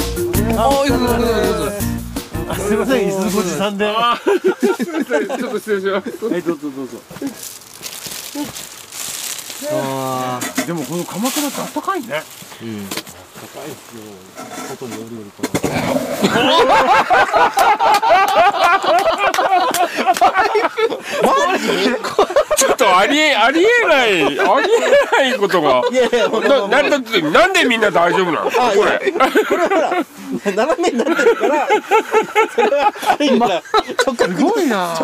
あいいこといいこといいことあすいません、椅子ごじさんで。はちょっと失礼します。い、どうぞどうぞ。あでもこの鎌倉って暖かいね。ーうん外におるよりかちょっとありえありえないありえないことが。いやいや、ほら、ななんだってなんでみんな大丈夫なの？こいやれこれはほら、斜めになってるから、それはある意味だ、直角すごいな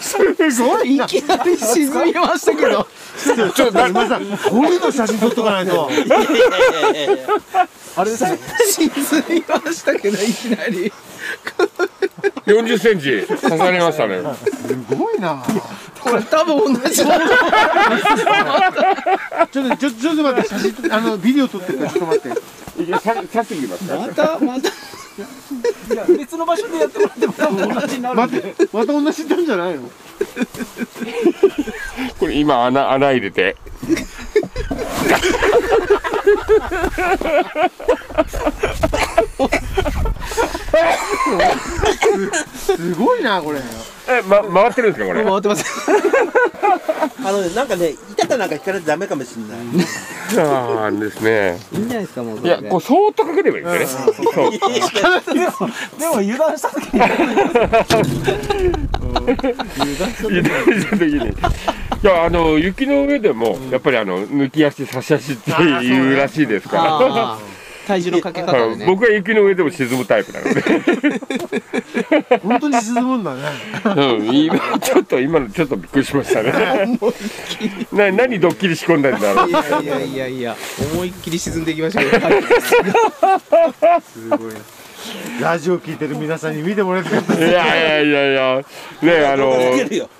すごい いきなり沈みましたけどちょっとな皆さん、こういうの写真撮っとかないと。いやいやいやいやあれですね。沈みましたけどいきなり40センチ刺されましたね。すごいな。これ多分同じだとちょっと、ちょ、ちょっと待って、写真、あの、ビデオ撮ってるから、ちょっと待って。いや刺刺してきますか。またまたいや、別の場所でやってもらっても多分同じになるん待で。って、また同じなんじゃないの。これ今穴穴入れて。すごいな、これ。えま回ってるんですかこれ。回ってますあのね、なんかね、板かなんか引かれてダメかもしれない。ああですね。いいんじゃないですかもういやこうそーっとかければいいんですね。そうでも油断した時に油断した時に。いやあの雪の上でもやっぱりあの抜き足差し足っていうらしいですから。 あー体重のかけ方はでいね僕は雪の上でも沈むタイプなので、本当に沈むんだね。うん今ちょっと今のちょっとびっくりしましたね。な何ドッキリ仕込んだんだろう。いやいやいや思いっきり沈んでいきましたけどすごいな。ラジオ聞いてる皆さんに見てもらいたかったいやいやいやいやねあの抜けるよ。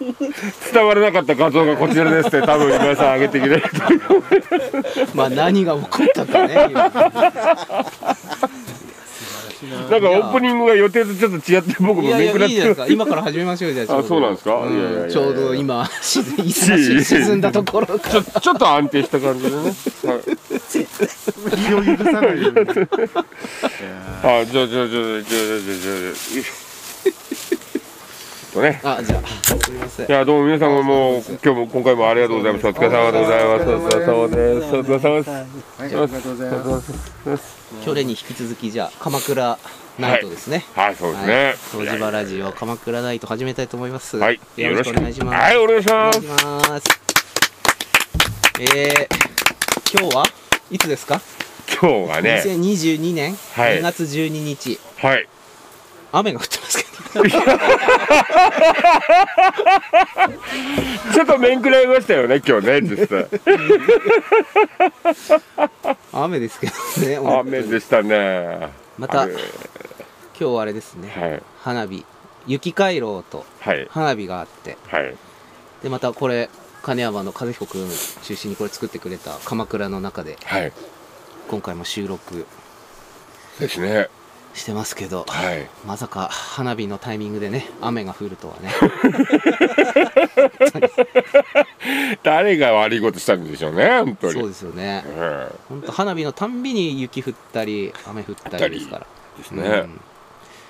伝わらなかった画像がこちらですって多分皆さん上げてくれる。 まあ何が起こったかねなんかオープニングが予定とちょっと違って僕もいやいめやくらいっいじゃてないるです。か今から始めましょうじゃあちょあうどそうなんですか。うんいやいやいやちょうど今 沈い沈んだところからちょちょっと安定した感じでね。はい気を許さないように。あじゃあじゃあじゃあじゃあじゃあじゃあじゃあ。ちょっとね。あじゃあすみませんいやどうも皆さんももう今日も今回もありがとうございました。お疲れ様でございます。お疲れ様です。お疲れ様です。はい、ありがとうございます。去年に引き続きじゃあ鎌倉ナイトですね、はい、そうですね。東芝ラジオ鎌倉ナイト始めたいと思います。はい、よろしくお願いします。はい、お願いしおま願すいし。ます。えー、今日はいつですか、今日はね、 ?2022 年はい2月12日、はい。雨が降ってますけど、 ちょっと面食らいましたよね、今日ね、実 際。雨ですけどね。本当に雨でしたね。またあれ今日はあれですね、はい、花火、雪回廊とはい、花火があって、はい。で、またこれ、金山の和彦くん中心にこれ作ってくれた鎌倉の中で、はい。今回も収録ですね。してますけど、はい。まさか花火のタイミングでね雨が降るとはね誰が悪いことしたんでしょうね、本当に。そうですよねうん本当花火のたんびに雪降ったり雨降ったりですからですね。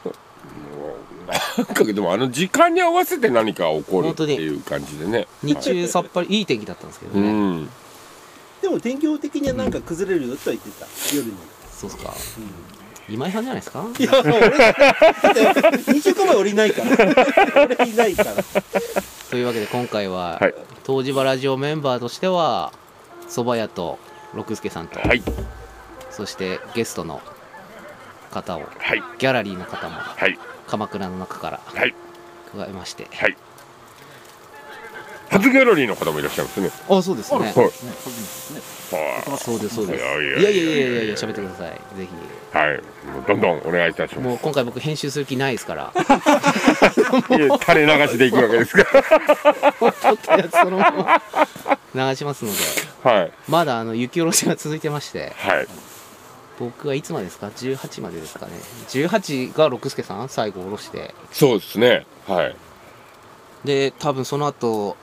もうなんかでもあの時間に合わせて何か起こるっていう感じでね。うん、日中さっぱりいい天気だったんですけどうね、ん。でも天気予報的にはなんか崩れるよとは言ってた、夜に。そうっすか、今井さんじゃないですかいや、俺、 二週間前俺いないから。俺いないから。というわけで今回は、はい東芝ラジオメンバーとしては蕎麦屋と六輔さんと、はい、そしてゲストの方をはい、ギャラリーの方もはい、鎌倉の中からはい、加えましてはい。初ギャラリーの方もいらっしゃいますね。あそうですねはい。あそうですそうです。いいややいいややいやいいややいやいやいや喋ってください。ぜはい、もうどんどんお願いいたしひ。もまう今回僕編集する気ないですから。す。いや垂れ流しでいくわけですか撮ったやつそのまま流しますので。ら。 はい、まだあの雪下ろしが続いてまして、はい、僕はいつまでですか？18までですかね。18が六助さん最後下ろして、そうですね。はい、で多分その後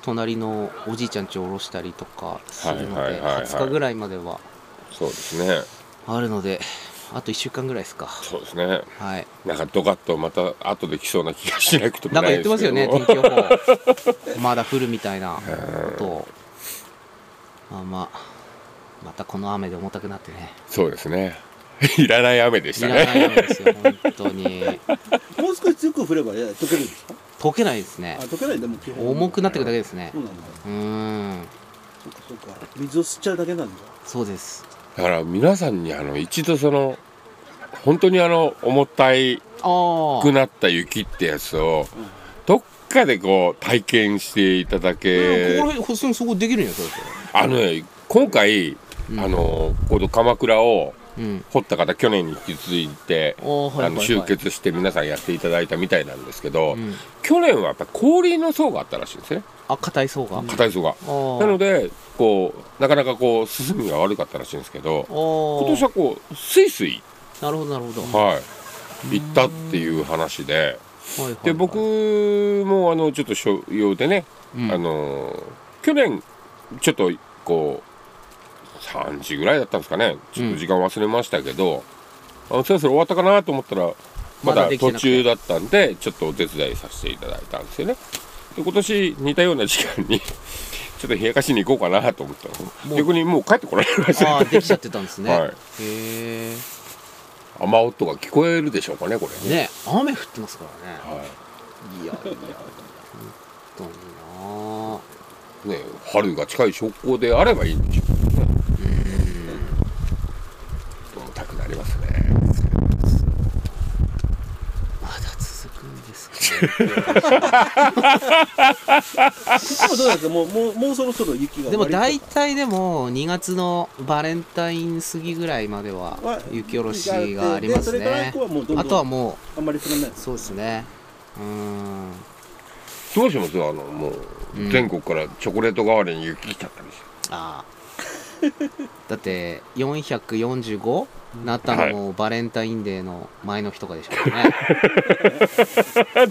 隣のおじいちゃん家下ろしたりとかするのはいはいで、はいはい20日ぐらいまではそうですね。あるので。あと1週間ぐらいですかそうですね。はいなんかドカッとまた後で来そうな気がしなくてもなんかない言っですけてどますよね天気予報 まだ降るみたいなことをまあまあまたこの雨で重たくなってね そうですね。いらない雨でしいたらね。ないんですよ本当にもう少し強く振ればね溶けるんですか溶けないですねあ溶けないでも基本重くなってくだけですねそうなんだうーんそうかそうか水を吸っちゃうだけなんだそうですだから皆さんにあの一度その本当にあの重たいああくなった雪ってやつをどっかでこう体験していただけ、ここら辺そそこできるんやそれってあのね今回、うんあのこの鎌倉をうん掘った方去年に引き続いて、おーはいはいはいあの集結して皆さんやっていただいたみたいなんですけど、うん去年はやっぱ氷の層があったらしいんですねあ硬い層が、あ硬い層が。ーなのでこうなかなかこう進みが悪かったらしいんですけどあー今年はこうスイスイなるほどなるほど、ははい、行ったっていう話でいはいはいで僕もあのちょっと所用でね、うんあの去年ちょっとこう3時ぐらいだったんですかねちょっと時間忘れましたけど、あのそろそろ終わったかなと思ったらままだだできて途なくて中だったんでちょっとお手伝いさせていただいたんですよね。で今年似たような時間に ちょっと冷やかしに行こうかなと思ったもらう逆にもう帰ってこられましたああできちゃってたんです ね、はいへえ雨音が聞こえるでしょうかねこれね。ね雨降ってますからねはいいやいやいや本当になね、春が近い証拠であればいいんでしょうけどね。重たくなりますね。まだ続くんですか、 そこはどうなんですかもうもうもうそろそろ雪がで終もわりとか大体でも2月のバレンタイン過ぎぐらいまではは雪下ろしがありますでそれから以ね降はもうどんどんあとはもあんまり降らないうそうですねうーんどうしますあの、もう、うん全国からチョコレート代わりに雪来ちゃったりして。 ああだって445なったのもバレンタインデーの前の日とかでしたからね、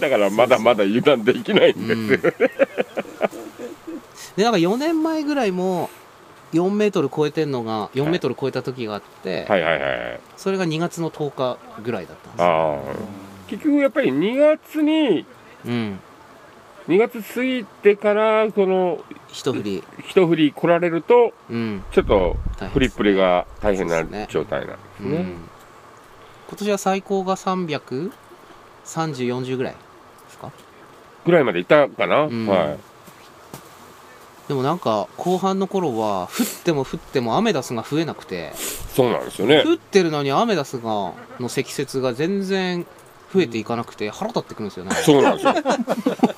だからまだまだ油断できないんで。うん、でなんか4年前ぐらいも4メートル超えてんのが4メートル超えた時があって、はいはいはい。それが2月の10日ぐらいだったんですよああ。結局やっぱり2月に、うん2月過ぎてから、その、一振り一振り来られると、うん、ちょっと大変ですねフリップリが大変なそうですね状態なんですうんね。今年は最高が33040ぐらいですかぐらいまでいたかな、うんはい。でもなんか後半の頃は降っても降ってもアメダスが増えなくてそうなんですよね。降ってるのにアメダスがの積雪が全然増えていかなくて腹立ってくるんですよねそうなん ですよ。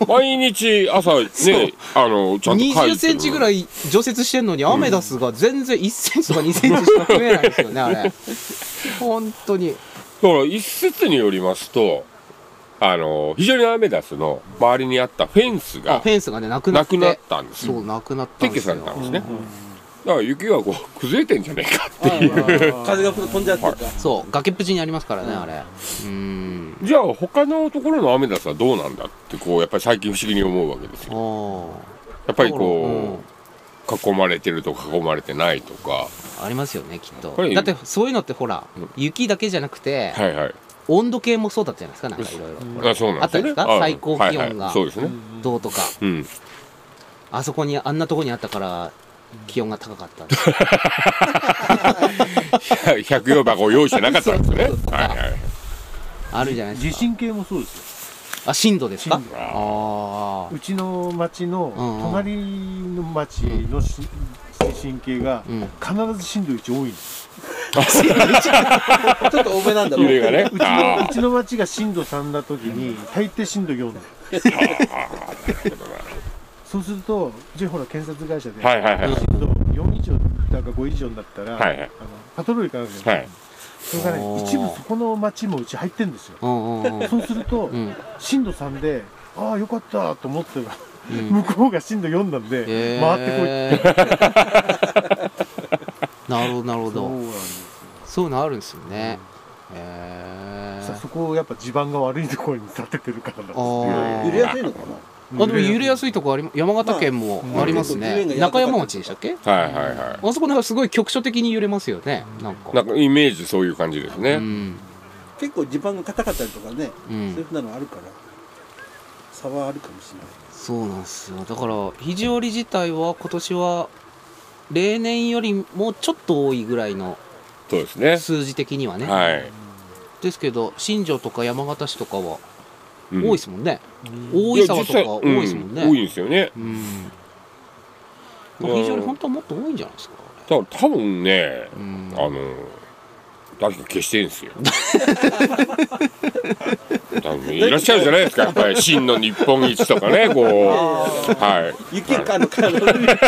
毎日朝ね、あの、ちゃんと書いてる20センチぐらい除雪してんのにアメダスが全然1センチとか2センチしか増えないんですよねあ れ本当にだから一説によりますと、あの、非常にアメダスの周りにあったフェンスあがフェンスがねなくななってくなったんですそよ。うなくなった撤んで去さすよれたんですね。だから雪がこう、崩れてんじゃねえかっていう。風が吹くと飛んじゃってるかそう崖っぷちにありますからね、あれうーんじゃあ他のところのアメダスはどうなんだって、こう、やっぱり最近不思議に思うわけですよ。おーやっぱりうんこう、囲まれてると囲まれてないとか。ありますよねきっとこれだってそういうのってほら、うん雪だけじゃなくて、はいはい。温度計もそうだったじゃないですかなんかいろいろほらあそうなんですよね。あったんですかあ最高気温がはいはいそうですね。どうとかうん。 あそこにあんなとこにあったから気温が高かっ たとか百葉箱を用意してなかったんですね。 そうそうそうはいはい。あるじゃないで地すか震計もそうですよあ震度ですか震ああうちの町のうんうん隣の町のし地震計がうん必ず震度1多いんですらちょっと多めなんだろ揺れがうねう。ちのあうちの町が震度3だ時に大抵震度4だよそうするとうちほら検察会社であ。はいはいはい。震度4以上だか5以上になったら、はいはいあのパトロール行かなきゃいけはない、い。それからねおー一部そこの町もうち入ってるんですようんうんうんそうすると、うん震度3でああよかったと思ってたうん向こうが震度4なんで、へー回ってこいって なるほどなるほそうどなんですそういうのあるんですよねへさえそこをやっぱ地盤が悪いところに建ててるからなんですあ揺れやすいのかなあでも揺れやすいとこありま山形県もまあありますうんね、結構中山町でしたっけはいはいはあそこなんかすごい局所的に揺れますよねなんかいなんかイメージそういう感じですね、うん結構地盤が硬かったりとかね、うそういうんふうなのあるから差はあるかもしれないそうなんですよだから肘折自体は今年は例年よりもちょっと多いぐらいのそうですね数字的にはね、はい、ですけど新庄とか山形市とかはうん多いですもんね、大い井や沢と実際か多いですもんね、う多いんですよねうん。うん非常に本当はもっと多いんじゃないですか。だから多分ねう、んあの誰か消してるん ですよ多分いらっしゃるじゃないですかやっぱり真の日本一とかねこうはい雪かあのかあの雪みた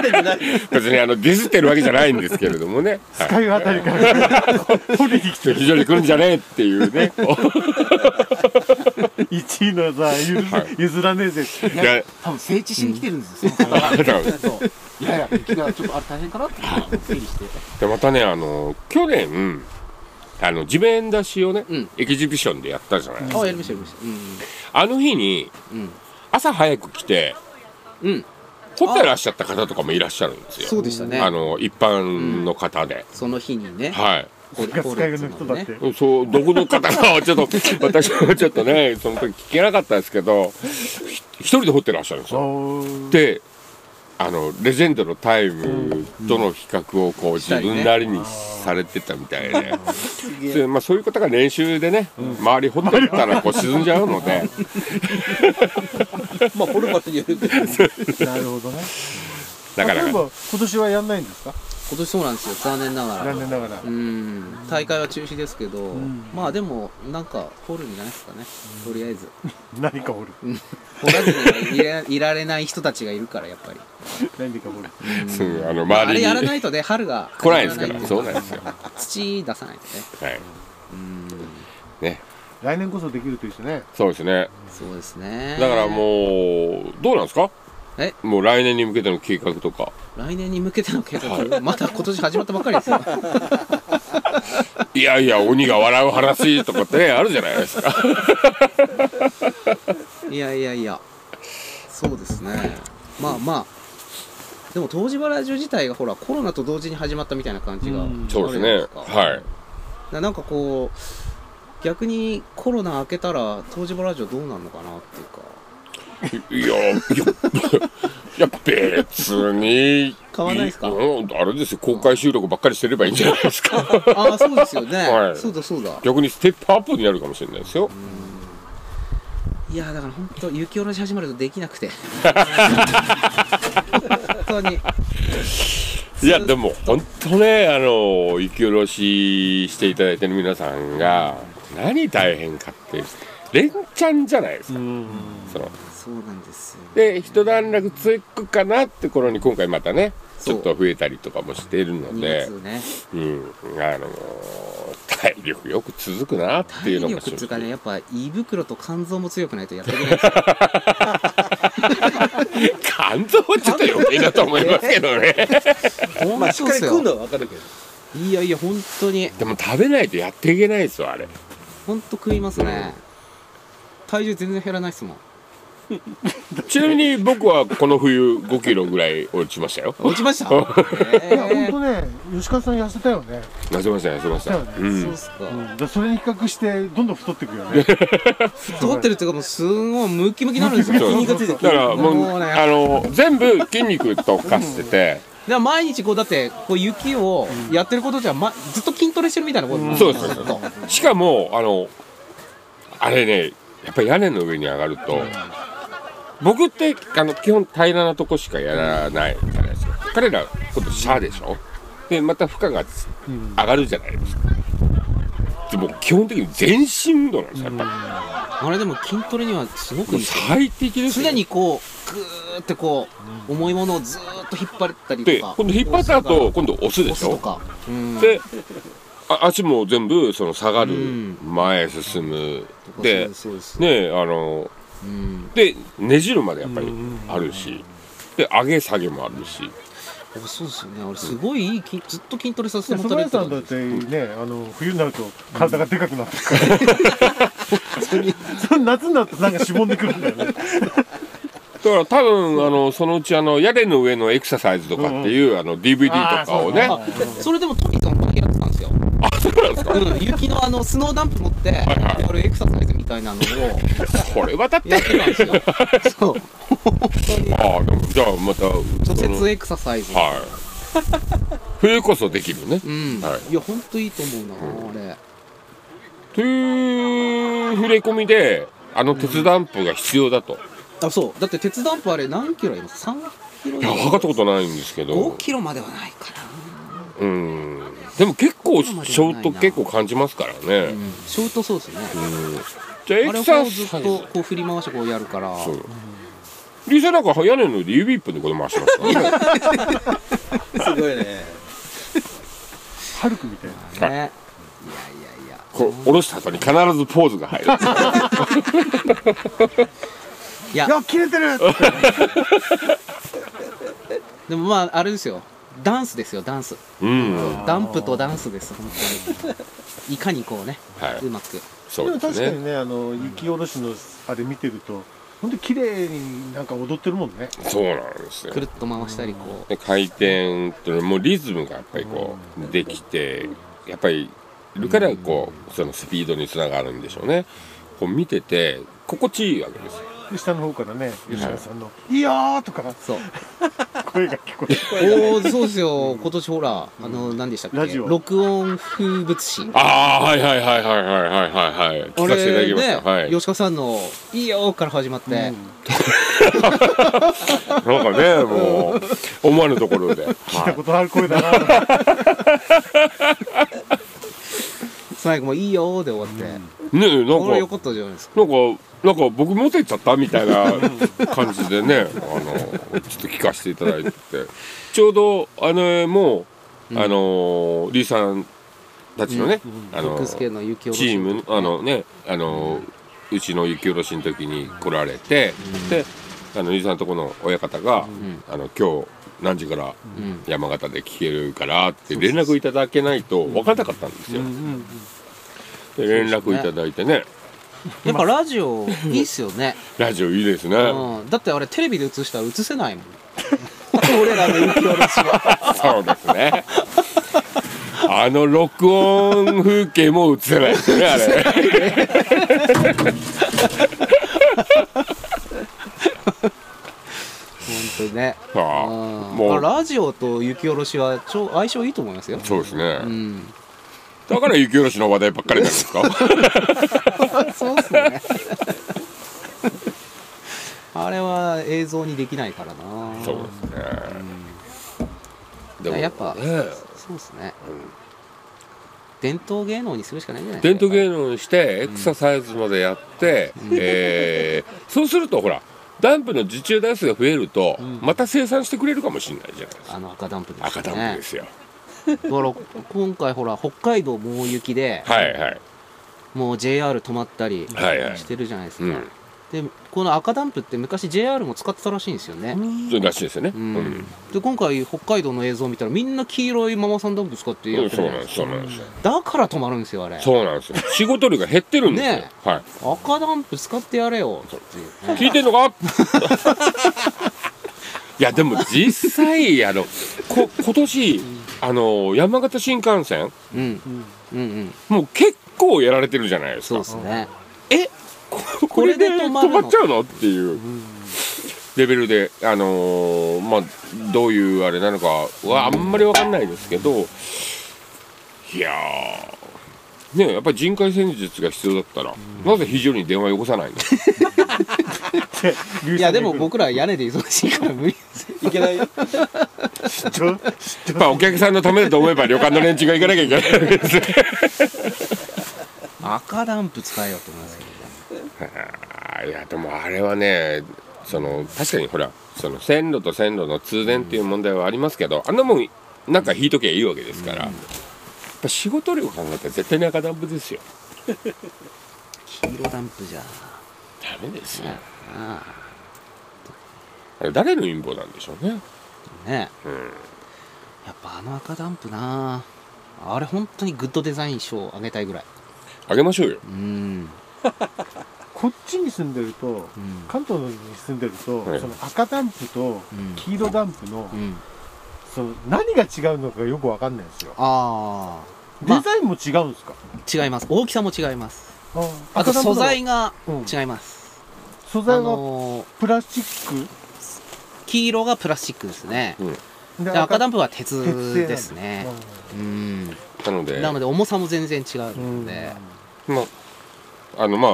いじゃない 別にあのディスってるわけじゃないんですけれどもね、 はい海あたりから 取りに来て非常に来るんじゃねえっていうね1位のさ譲,、はい譲らねえぜいや多分整地しに来てるんですよ、その方だからでいやいや、雪がちょっとあれ大変かなって思って整理して。またねあの去年あの地面出しをね、うんエキシビションでやったじゃないですか、 あ、やりました、やりました。あの日にうん。朝早く来てうん。うん。撮ってらっしゃった方とかもいらっしゃるんですよそうでしたね。あの一般の方で、その日にね。はいホルガス会の人ホルだツって、そうどこの方かちょっと私もちょっとねその時聞けなかったですけどひ一人で掘ってらっしゃるんですよおーであのレジェンドのタイムとの比較をこうした自いね分なりにされてたみたいで、すげでえまあ、そういう方が練習でね、周り掘ってったらこう沈んじゃうのでまあホルマルによるけどなるほどねなか例なえかば今年はやんないんですか今年そうなんですよ。残念ながら残。念ながらうん。大会は中止ですけどん、まあでも、なんか、掘るんじゃないですかね。とりあえず。何かおる掘らずにはいらいられない人たちがいるから、やっぱり。何かおるそうあのあ周れりやらにないとね、春が。来ないですから始そまうらなんですよ、はっていうか土出さないとい、ね。うん。ね来年こそできるといいですねそうですねそうですね。だからもうどうなんですかえもう来年に向けての計画とか来年に向けての計画、まだ今年始まったばかりですよ。いやいや鬼が笑う話とかってねあるじゃない ですかいやいやいや、そうですね。まあまあ、でも東芝ラジオ自体がほら、コロナと同時に始まったみたいな感じがあるじゃそうなでいですすねか。はいななんかこう、逆にコロナ明けたら、東芝ラジオどうなるのかなっていうか、いや、いや、いや別に。買わないですかうんあれですよ、公開収録ばっかりしてればいいんじゃないですか。 ああ、そうですよね、はいそうだそうだ。逆にステップアップになるかもしれないですよ。いや、だから本当、雪下ろし始まるとできな くて。本当に。いや、でも、本当ね、あの、雪下ろししていただいてる皆さんが。何大変かって、連チャンじゃないですか。そのそうなんですよ。で、一段落つくかなって頃に、今回またね。ちそうょっと増えたりとかもしているの2で月、ね。うん、あの体力よく続くなっていう体のが力っていうかねやっぱ胃袋と肝臓も強くないとやっていけ ない肝臓はちょっと余計だと思いますけどね まあしっかり食うよのは分かるけどいやいや本当にでも食べないとやっていけないですよあれ本当食いますね体重全然減らないっすもんちなみに僕はこの冬5キロぐらい落ちましたよ落ちましたいや本え当ね吉川さん痩せたよね痩せました痩せました、そううー、そうっん、すうんかだからそれに比較してどんどん太っていくよね太ってるっていうかもうすごいムキムキになるんですよそう肉ついてだからもうもうねあの全部筋肉とかしてて、で毎日こうだってこう雪をやってることじゃ、ま、ずっと筋トレしてるみたいなことなんそうよそうそうずっとしかもあのあれねやっぱり屋根の上に上がると僕ってあの基本平らなとこしかやらないじゃないですか彼ら今度車でしょでまた負荷がつ上がるじゃないですかでも基本的に全身運動なんですよやっぱあれでも筋トレにはすごくりいいっすよ最適ですよ常にこうグーってこう重いものをずーっと引っ張ったりとでか今度引っ張った後今度押すで押しすとょかうんであ足も全部その下がるうん前へ進むそうでですそうですねえあのうん、でねじるまでやっぱりあるしで上げ下げもあるしあそうですよねあれすごいいい筋ずっと筋トレさせてそもばら屋ってさるんだっててねあの冬になると体がでかくなって くからその夏になるとなんかしぼんでくるんだよねだから多分あのそのうちあの屋根の上のエクササイズとかっていう、あの DVD とかをねあそれでもトミさんもやってたんですようん雪のあのスノーダンプ持って、はいこれエクササイズみたいなのをこれはだってやってたんですよそうああでもじゃあまた除その雪エクササイズはい冬こそできるねうん、はいい、やほんといいと思うな、あれという触れ込みであの鉄ダンプが必要だと、あそうだって鉄ダンプあれ何キロあります3キロいや分かったことないんですけど5キロまではないかうんでも結構ショート結構感じますからな、うね、ん、ショートそうですね、じゃあエあれクをこサうずっサイとズこう振り回してこうやるからそうリサなんか屋根の上で指一本でこれ回してますからねすごいね。ハルクみたいな。ねいやいやいやこう下ろした後に必ずポーズが入るいやいや、切れてるでもまああれですよダンスですよダンスうんダンプとダンスです本当にいかにこうね、はいうまくそうで確すかねにね、あの、雪下ろしのあれ見てると、ほんと綺麗になんか踊ってるもんね。そうなんですよくるっと回したりこで回転っていうのもリズムがやっぱりこうできてやっぱりいるからこうそのスピードにつながるんでしょうねこう見てて心地いいわけですよで下の方からね、吉田さんの、いやーとかうそう声が聞こえて。おおそうですよ今年ほらあの何でしたっラけジオ録音風物詩ああはいはいはいはいはいはいはいはい聞あかせていただきれましたね、はい吉川さんの「いいよ」から始まって、なんかねもう思わぬところで、聞いたはことある声だな。最後も「いいよ」で終わって、い、ねえこれなんよかかったじゃないですかなんかなんか僕モテちゃったみたいな感じでねあのちょっと聞かせていただいてちょうどあのもう、あのリーさんたちのね、あロッのクスケの雪下ろしチームあのねあのうちの雪下ろしの時に来られて、であのリーさんのとこの親方が、あの今日何時からうん山形で聞けるからって連絡いただけないと分からなかったんですよ。で連絡いただいてねやっぱラジオいいっすよ ね、ラジオいいですね。うん、だってあれテレビで映したら映せないもん 俺らの雪下ろしはそうですね。あの録音風景も映せないですね、あれ。本当にねああうんもうラジオと雪下ろしは超相性いいと思いますよそうですね。うんだから雪下ろしの話題ばっかりなんですか。そうっすねあれは映像にできないからなそうですね。やっぱねそうですね、伝統芸能にするしかないんじゃない伝統能芸能にしてエクササイズまでやって、えーそうするとほらダンプの受注台数が増えると、また生産してくれるかもしれないじゃないですか。あの赤ダンプですね赤ダンプですよ。だから今回ほら北海道も大雪ではいはいもう JR 止まったりはいはいし。てるじゃないですか、うん。でこの赤ダンプって昔 JR も使ってたらしいんですよね、そうらしいですよね。ううんん。で今回北海道の映像見たらみんな黄色いママさんダンプ使ってやってるじそゃうないなんでですす。かそうなんです。だから止まるんですよあれそうなんですよ。仕事量が減ってるんですよ。ねはい。赤ダンプ使ってやれよっていうね聞いてんのかいやでも実際あのこ今年あの山形新幹線うんうんうんもう結構やられてるじゃないですそうかですねえここれでこれで止止まるのまっちゃうのっていうレベルであのーまあどういうあれなのかはあんまりわかんないですけどいやーねえやっぱり人海戦術が必要だったらなぜ非常に電話よこさないのいいやでも僕ら屋根で忙しいから無理ですよいけないよ。ちょやっぱお客さんのためだと思えば旅館の連中が行かなきゃいけないわけですね 赤ダンプ使えよと思いますけどねあーいやでもあれはねその確かにほらその線路と線路の通電っていう問題はありますけどあんなもんなんか引いときゃいいわけですから、やっぱ仕事量考えたら絶対に赤ダンプですよ黄色ダンプじゃダメですよああれ誰の陰謀なんでしょうねあねうんやっぱあの赤ダンプなああれ本当にグッドデザイン賞あげたいぐらいあげましょうようんこっちに住んでると、ん関東に住んでると、はいその赤ダンプとうん黄色ダンプの、うんその何が違うのかよくわかんないんですよ。あまあデザインも違うんですか、あ違います大きさも違いますあ赤とダンプの素材がうん違います、素あ材はのープラスチッ黄色がプラスチックですねクで赤ダンププは鉄ですねうんなのでなので重さも全然違うので、まああのまあ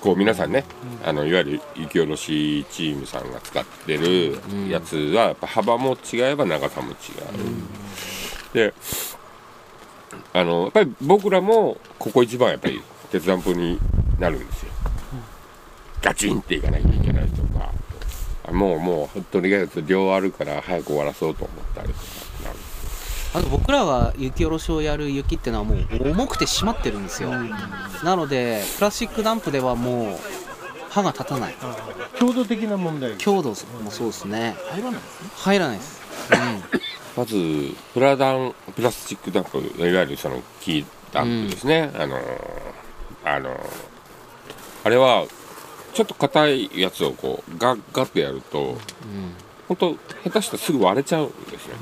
こう皆さんね、あのいわゆる雪下ろしチームさんが使ってるんやつはやっぱ幅も違えば長さも違う、であのやっぱり僕らもここ一番やっぱり鉄ダンプになるんですよ、ガチンっていかなきゃいけないとかあもうもうとりあえず量あるから早く終わらそうと思ったりとかなるあと僕らは雪下ろしをやる雪ってのはもう重くて締まってるんですよ、なのでプラスチックダンプではもう歯が立たない強度的な問題が強度もそうですね入らないですね入らないです、まずプラダンプラスチックダンプいわゆるその木ダンプですね、あのーあのーあれはちょっと硬いやつをこうガッガッてやるとうん本当下手したらすぐ割れちゃうんですよ、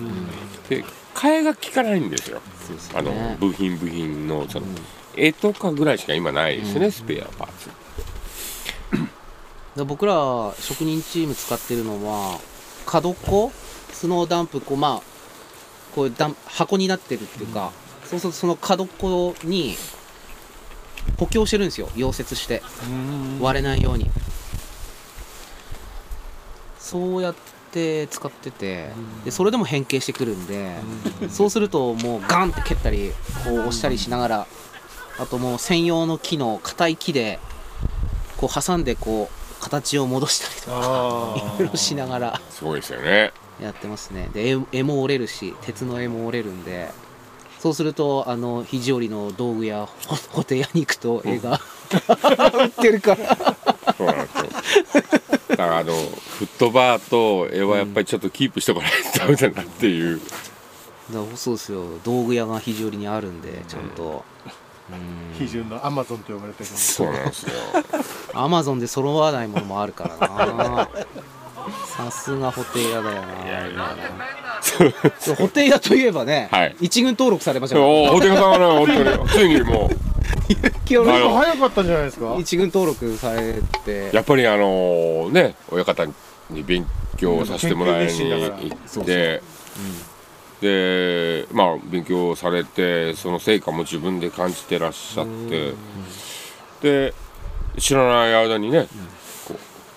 で替えが効かないんですよそうですあよのね部品部品のその絵とかぐらいしか今ないですね、スペアパーツで僕ら職人チーム使ってるのは角っこスノーダンプこうまあこういうダン箱になってるっていうか、そうするとその角っこに補強してるんですよ溶接して割れないようにそうやって使っててでそれでも変形してくるんでそうするともうガンって蹴ったりこう押したりしながらあともう専用の木の硬い木でこう挟んでこう形を戻したりとあかいろいろしながらすごいですよねやってますねで柄柄も折れるし鉄の柄も折れるんでそうするとあの肘折りの道具やほホテや肉と絵が 売ってるからそうなん ですよだからあのフットバーと絵はやっぱりちょっとキープしとかないとダメだなっていう、だからそうですよ道具屋が肘折りにあるんでちゃんと基準のアマゾンと呼ばれてるそうなんですよアマゾンで揃わないものもあるから なさすがホテイヤだよなそうホテイヤといえばね、はい一軍登録されましたからおおお手がさまなの本当に ついにも清う野あさんの早かったんじゃないですか一軍登録されてやっぱりあのね親方に勉強させてもらいに行そうそっうてでまあ勉強されてその成果も自分で感じてらっしゃってで知らない間にね、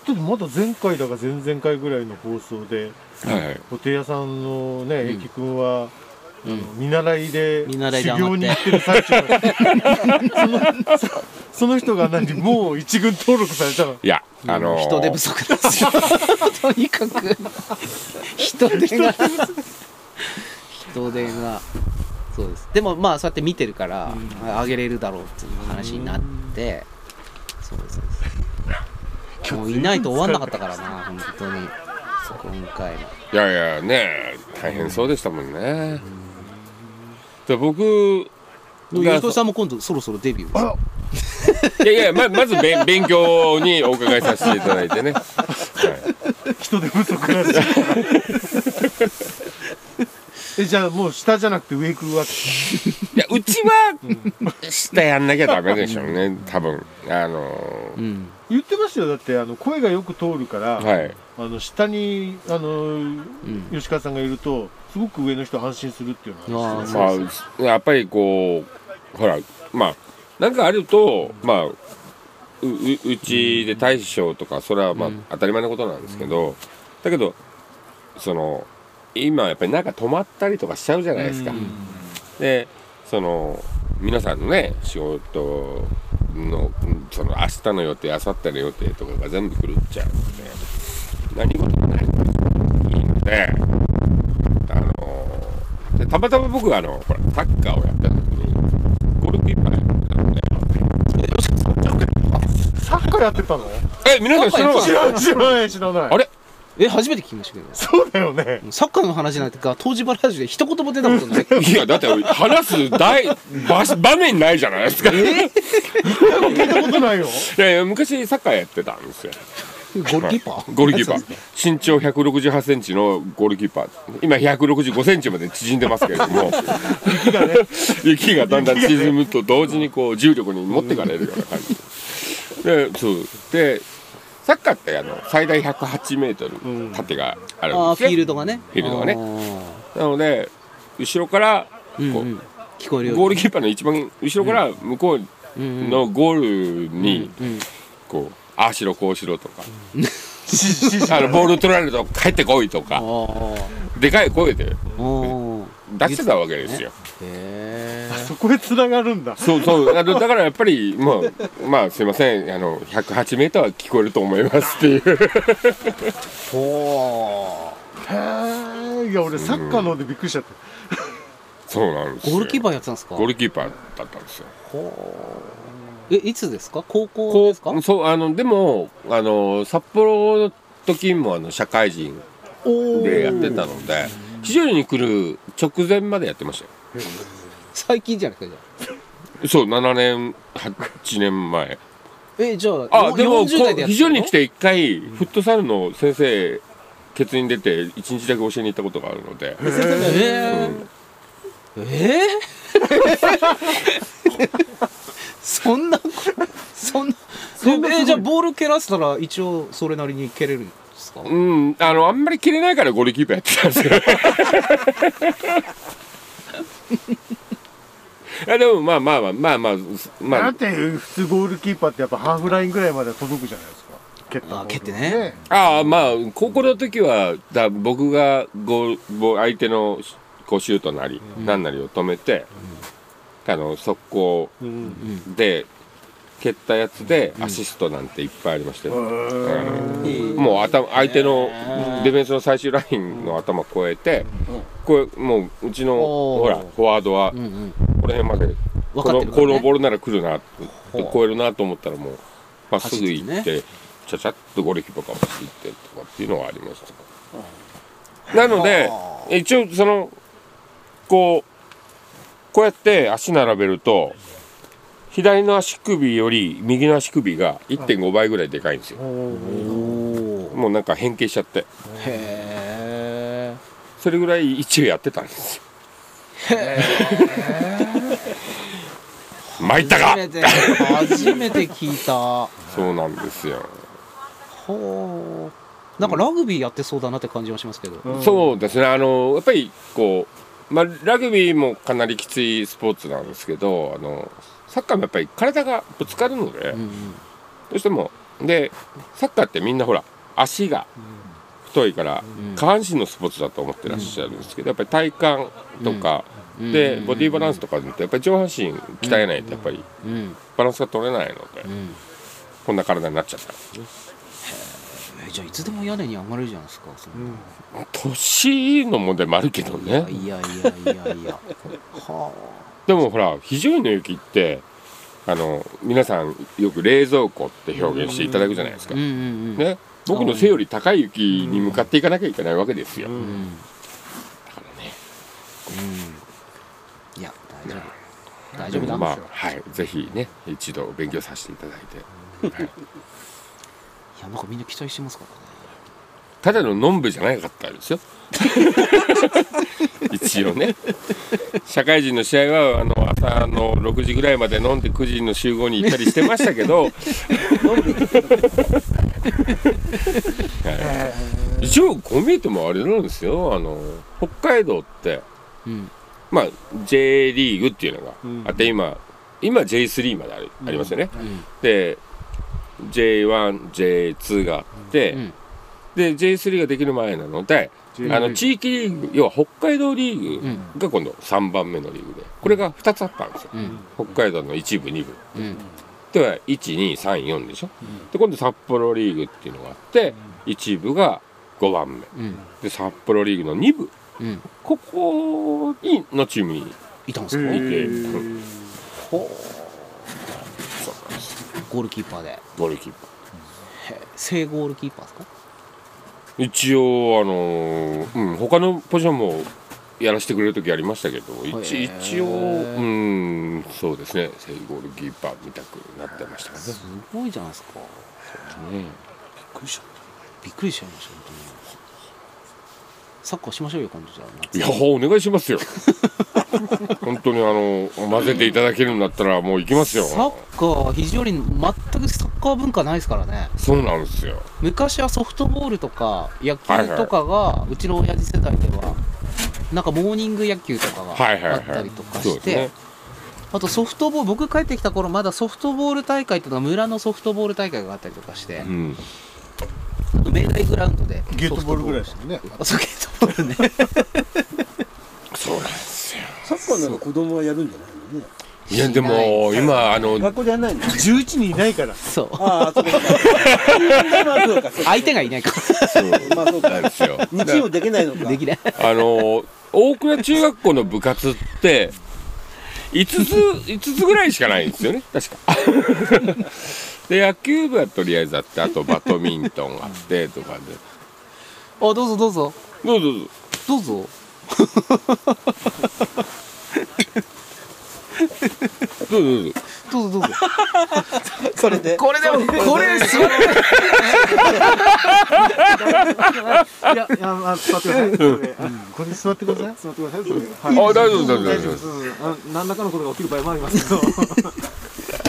ちょっとまだ前回だか前々回ぐらいの放送ではいはい布袋屋さんのね英樹君は、あの見習いで見習いで修余行にって行ってる最中だその そその人が何もう一軍登録されたのいやあの人手不足なんですよとにかく人手が人手がそうですでもまあそうやって見てるからあげれるだろうっていう話になってそうですそうですもういないと終わんなかったからな本当に今回もいやいやね大変そうでしたもんね。で僕でが伊藤さんも今度そろそろデビューいやいやままずべん勉強にお伺いさせていただいてね、はい人手不足なんですよえじゃあもう下じゃなくて上行くわけいやうちは下やんなきゃダメでしょうね多分あのうん言ってましたよだってあの声がよく通るから、はいあの下にあのうん吉川さんがいるとすごく上の人安心するっていうのはああまそうですあやっぱりこうほらまあなんかあるとまあうううちで大将とかそれはまあ当たり前のことなんですけど、だけどその今やっぱりなんか止まったりとかしちゃうじゃないですか。でその皆さんのね仕事のうんその明日の予定明後日の予定とかが全部狂っちゃうので何事もないいいのであのでたまたま僕はあのほらサッカーをやった時にゴールキーパーやってたのでサッカーやってたのえ皆さん知らなかっ知らない知らない知らないたあれえ初めて聞きましたけどそうだよねサッカーの話なんてか東芝ラジオで一言も出たことないいやだって話す大場場面ないじゃないですか、聞いたことないよいやいや昔サッカーやってたんですよゴールキーパーゴールキーパー身長168センチのゴールキーパー今165センチまで縮んでますけれども 雪が,、だんだん沈むと同時にこう重力に持ってかれるような感じでそうでサッカーってあの最大108メートル縦があるんあでーすフね、ィールドがねフィールドがねあーなので後ろからこう、うんうん聞こえるようにゴールキーパーの一番後ろから向こうのゴールにうんこうああしろこうしろとかあのボール取られると帰ってこいとあかーでかい声であー出してたわけですよ。へ そこへ繋がるんだそうそうあのだからやっぱりまあまあすいませんあの108メーターは聞こえると思います っていう。へーいや俺サッカーの方でびっくりしちゃったそうなんですえよ。ゴールキーパーーやってたんですかゴールキーパーだったんですよ。えいつですか高校こですかうそうあのでもあの札幌の時もあの社会人でやってたので非常に来る直前までやってましたよ。最近じゃなくてじゃあそう7年8年前えじゃああよでもこ40代でやっ非てた常のに来て一回フットサルの先生欠員出て一日だけ教えに行ったことがあるのでえー、えーそんなことそんなえじゃあボール蹴らせたら一応それなりに蹴れるんですかうんあのあんまり切れないからゴールキーパーやってたんですよいやでもまあまあまあまあまあまだあって普通ゴールキーパーってやっぱハーフラインぐらいまでは届くじゃないですか蹴ったボールあ蹴ってねああまあ高校の時はだ僕がゴーボー相手のこうシュートなり、なんなりを止めて、あの速攻で蹴ったやつでアシストなんていっぱいありましたよ、うんもう頭相手のディフェンスの最終ラインの頭越えて、これもううちのおーほらフォワードはうんうんこの辺まで、分こかっのてるかこら、のね、ボールなら来るなほう超えるなと思ったらもうまっすぐ行っ走ってちゃちゃっとゴレキとかを走ってとかっていうのはありましたなので一応そのこうこうやって足並べると左の足首より右の足首が1.5倍ぐらいでかいんですよおーもうなんか変形しちゃってへえそれぐらい一応やってたんですよ参ったか初めて初めて聞いたそうなんですよほうなんかラグビーやってそうだなって感じはしますけど、そうですねあのやっぱりこう、まあ、ラグビーもかなりきついスポーツなんですけどあのサッカーもやっぱり体がぶつかるので、うんうん、どうしてもでサッカーってみんなほら足が太いから、ん下半身のスポーツだと思ってらっしゃるんですけど、やっぱり体幹とか、うんでボディバランスとかでやっぱり上半身鍛えないとやっぱりうんバランスが取れないので、うんこんな体になっちゃったえじゃあいつでも屋根に上がれるじゃないですかそんな年の問題もあるけどねいやいやいやいやはでもほら非常にの雪ってあの皆さんよく冷蔵庫って表現していただくじゃないですあか、うんうんうん、ね僕の背より高い雪に向かっていかなきゃいけないわけですよ、うん、うん、だからねいや大丈夫大丈夫なんでますよ、あはいぜひね一度勉強させていただいて、 はいいやなんかみんな期待してますからねただののんぶじゃなかったですよ 一応ね社会人の試合はあの朝の6時ぐらいまで飲んで9時の集合に行ったりしてましたけど はい一応こう見えてもあれなんですよあの北海道ってうんまあ J リーグっていうのがあって今今 J3 までありありますよね、んで J1J2 があって、うんで J3 ができる前なので、あの地域リーグ要は北海道リーグが今度3番目のリーグでこれが2つあったんですよ、ん北海道の1部2部うんで1234でしょ、で今度札幌リーグっていうのがあって1部が5番目うんで札幌リーグの2部うんここにのチームにいていたんですかうんゴールキーパーでゴールキーパー正ゴールキーパーですか一応あのーうん他のポジションもやらせてくれる時ありましたけど一へー一応うんそうですねセイゴールキーパーみたくなってましたかねすごいじゃないですかねびっくりしちゃったびっくりしちゃいました本当にサッカーしましょうよ今度じゃあいやお願いしますよ 本当にあの混ぜていただけるんだったらもう行きますよサッカーは非常に全くサッカー文化ないですからねそうなんですよ昔はソフトボールとか野球とかが、うちの親父世代ではなんかモーニング野球とかがはいはいはあいったりとかそうしですて、ねあとソフトボール僕帰ってきた頃まだソフトボール大会っていうのは村のソフトボール大会があったりとかしてう、ん明大グラウンドでゲートボールぐらいでソすもんねフトボールあそうゲートボールね そうなんですよサッカーなら子供はやるんじゃないのねいやでも今あの 学校でやらないの11人いないからそうああそうかそうかまあそうかそうか相手がいないかまあそうなんかですよ日曜できないのらかできないあの大倉中学校の部活って5つ5つぐらいしかないんですよね確か で野球部はとりあえずあってあとバドミントンあってとかであどうぞどうぞどうぞどうぞどうどうぞぞどうぞどうぞどうぞそれでこれでもこれすごいいやいやまあ座ってくださいそれうんこれで座ってください座ってくださいそれであ大丈大夫大丈夫大丈丈夫夫ですあの何らかのことが起きる場合もありますけ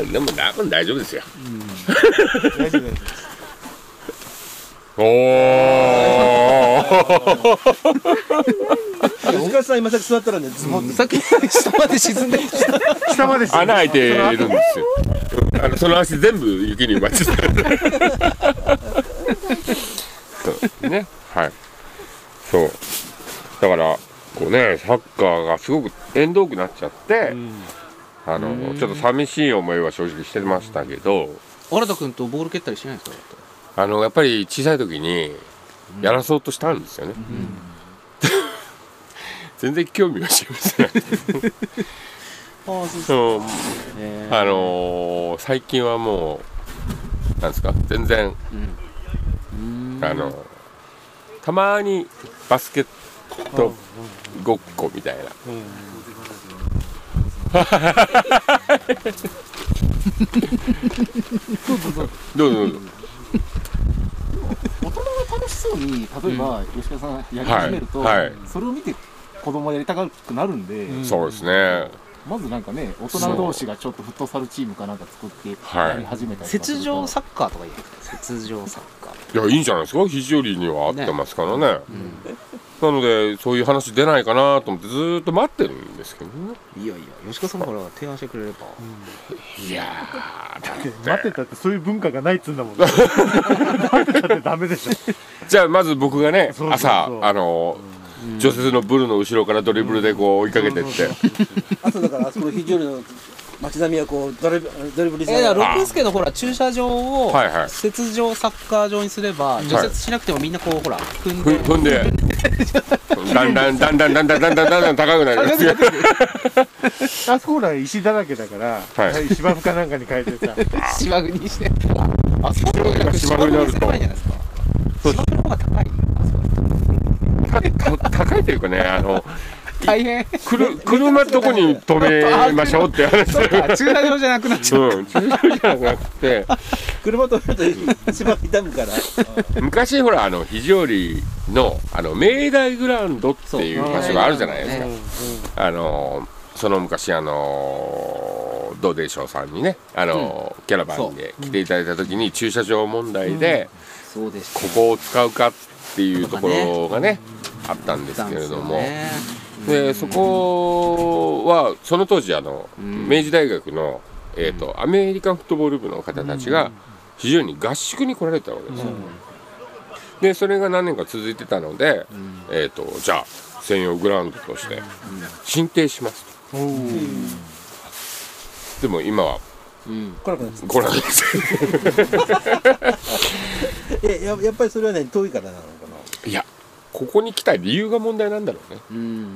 どでも多分大丈夫ですよ大丈夫ですおお吉川さん今さっき座ったらねズボンさっき下まで沈んできた下まで穴開いてるんですよあのその足全部雪に埋まっちゃった ねはいそうだからこうねサッカーがすごく縁遠くなっちゃって、あのちょっと寂しい思いは正直してましたけど新田君とボール蹴ったりしないんですかあのやっぱり小さい時にやらそうとしたんですよね、全然興味はしませんああそうそうえあのー最近はもうなんですか全然、あのたまにバスケットごっこみたいな、 どうぞどうぞ大人が楽しそうに例えば吉川さんやり始めると、はいはいそれを見て子供はやりたくなるんで、そうですねまずなんかね大人同士がちょっとフットサルチームかなんか作ってはいやり始めたりとかする雪と上サッカーとかいいですか雪上サッカーいやいいんじゃないですか肘折には合ってますからねなのでそういう話出ないかなと思ってずーっと待ってるんですけどねいやいや吉川さんから提案してくれればいやーだっ待ってたってそういう文化がないっつうんだもんね待ってたってダメでしょじゃあまず僕がねそうそうそう朝あの除雪のブルの後ろからドリブルでこう追いかけてってあとだからあそこの非常にの街並みはこうドリブドリブリいやいやながら六助のほら駐車場をはいはい雪上サッカー場にすれば除雪しなくてもみんなこうほら踏んふで踏ん でだんだんだんだんだんだんだんだんだん高くなりますよあそこら石だらけだから、はい芝生かなんかに変えてさ芝生にしてあそこが芝生になると狭いじゃないですか芝生の方が高いた高いというかねあの大変くる車どこに止めましょうって話そうか駐車場じゃなくなっちゃうん駐車場じゃなくて車止めると芝生傷むから昔ほらあの肘折のあの明大グラウンドっていう場所があるじゃないですか、あのその昔あのどうでしょうさんにねあの、キャラバンで来ていただいた時に駐車場問題で、うそうでしたここを使うかっていうところがねあったんですけれども、でそこはその当時あの、明治大学の、えーとアメリカンフットボール部の方たちが非常に合宿に来られたわけですよ。でそれが何年か続いてたので、えー、とじゃあ専用グラウンドとして進呈しますとでも今は来なくなっちゃご覧くださうえややっぱりそれはね遠いからなのかないいやここに来た理由が問題なんだろうねうん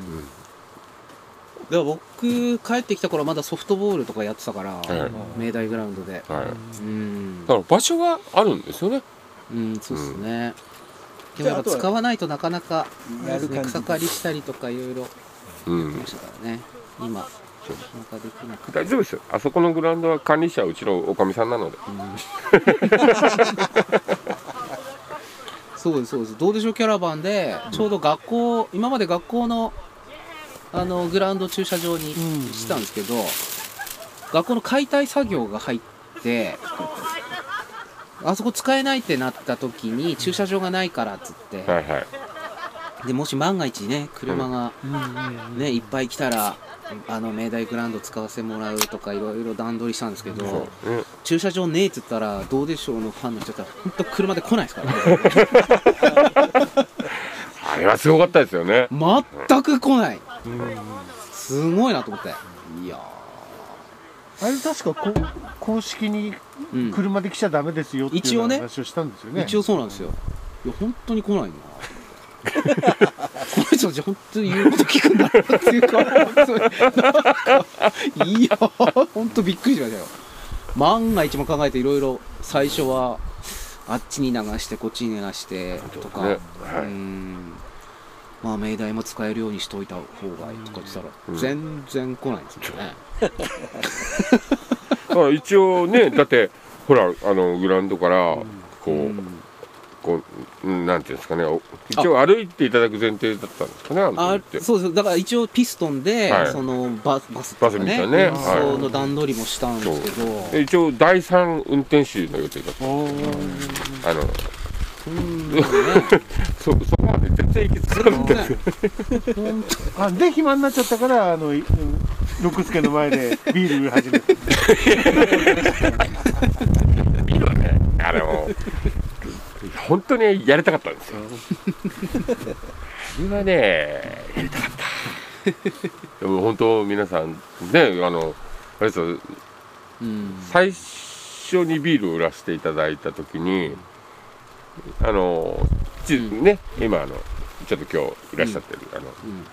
でも僕帰ってきた頃まだソフトボールとかやってたからい明大グラウンドではい、だうんから場所はあるんですよねうんそうですねでもやっぱ使わないとなかなかやる感じ草刈りしたりとかいろいろうんましたからね今そうなんかできなくて大丈夫ですよあそこのグラウンドは管理者はうちのおかみさんなのでそうですそうですどうでしょうキャラバンでちょうど学校今まで学校のあのグラウンド駐車場にしてたんですけど、学校の解体作業が入ってあそこ使えないってなった時に駐車場がないからっつって、はいはいでもし万が一ね車がねいっぱい来たらあの明大グラウンド使わせてもらうとかいろいろ段取りしたんですけど、うん駐車場ねえっつったらどうでしょうのファンの人たちは本当車で来ないですからねあれはすごかったですよね全く来ないすごいなと思っていやあれ確かこ公式にー、うん車で来ちゃダメですよっていう一よう応なね話をしたんですよね。一応そうなんですよいや本当に来ないなこの人たち本当に言うこと聞くんだなっていうか本当になんかいや本当びっくりしましたよ万が一も考えていろいろ最初はあっちに流してこっちに流してとか、ねうーんまあ命題も使えるようにしといた方がいいとか言ってたら、うん全然来ないんですよねあ一応ねだってほらあのグラウンドからこう、うんこううんなんていうんですかねお一応歩いていただく前提だったんですかねあの時あってそうですだから一応ピストンで、はいそのババスとかバスみたいなねね運はい送の段取りもしたんですけど、で一応第三運転手の予定だっおーたあのうん そそこまで全然行きつかなかったですよあで暇になっちゃったからあのい六助の前でビール始めていいよねあれ も本当にやりたかったんですよ今ねやりたか ったでも本当皆さんねあのあれですようん最初にビールを売らせていただいた時にあのちうんね今あのちょっと今日いらっしゃってる、あのうん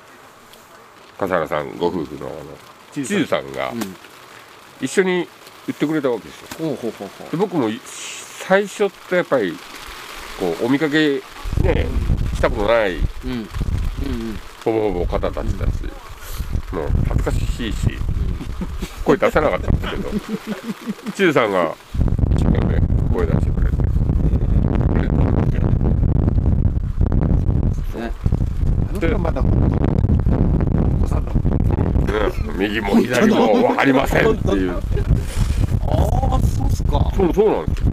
笠原さんご夫婦のあのチー知ズ事さんがうん一緒に売ってくれたわけですよほうほうほうほで僕もい最初ってやっぱりこうお見かけねしたことないううんうんうんほぼほぼ方たちだし、もう恥ずかしいし、声出せなかったんだけど、チューさんが一生懸命声出してくれて、くれたんでねあの人はまだ本当にお子さんだもんね、右も左も分かりませんっていう、ああそうっすかそうそうなんです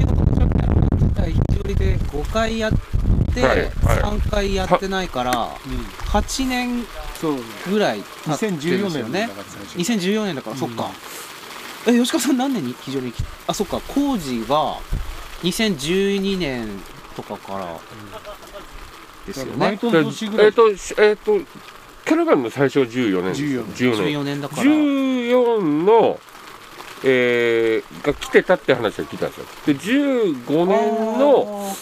よ、で特徴みたいなの自体一人で5回やって、はいはい3回やってないから8年そうぐらい経ってるん2014ですよ年ねだから最初2014年だから、そっうかえ吉川さん何年に非常にあそっか工事が2012年とかからですよ毎ね年ぐらえいっと、しえっと、キャラバンの最初は14年です14 14, 14年だから14の、えー、が来てたって話は聞いたんですよ。で、15年の、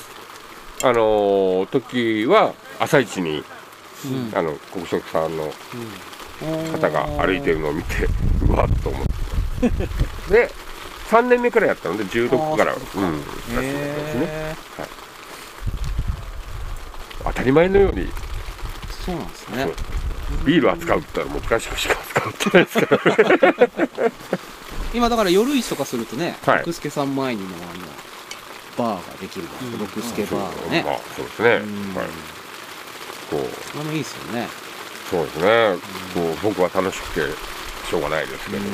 あのー時は朝一に、うんあの国食さんの方方が歩いてるのを見てうわっと思ってで3年目からやったので16からあうーんそっ出してもらったんですねへー当たり前のようにそうなんですねそうビール扱うって言ったらもうプラスチックしか扱ってないですから今だから夜市とかするとねはい福助さん前にもあのバーができるから福助バーがねまあそうですねうんはいこうあれもいいですよねそうですねこう僕は楽しくてしょうがないですけどっ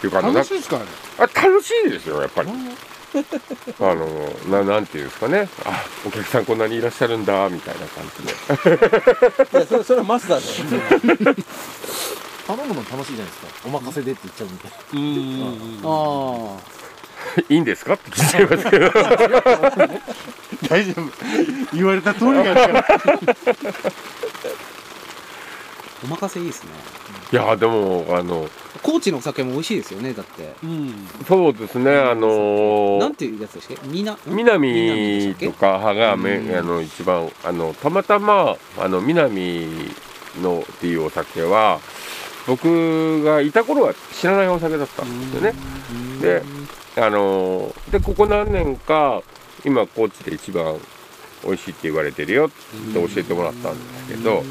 ていうかあのな楽しいですかあれあ楽しいですよやっぱり あのななんていうんですかねあお客さんこんなにいらっしゃるんだみたいな感じで いやそれそれはマスターだよ頼むの楽しいじゃないですかお任せでって言っちゃうんであいいんですかって聞いちゃいますけど大丈夫言われた通りがやる からあお任せいいですねいやでもあの高知のお酒も美味しいですよねだってそうですねあのなんていうやつでしたっけみな南とか羽がめうんあの一番あのたまたまあの南のっていうお酒は僕がいた頃は知らないお酒だったんですよね。で、あのーで、ここ何年か、今、高知で一番美味しいって言われてるよって教えてもらったんですけど、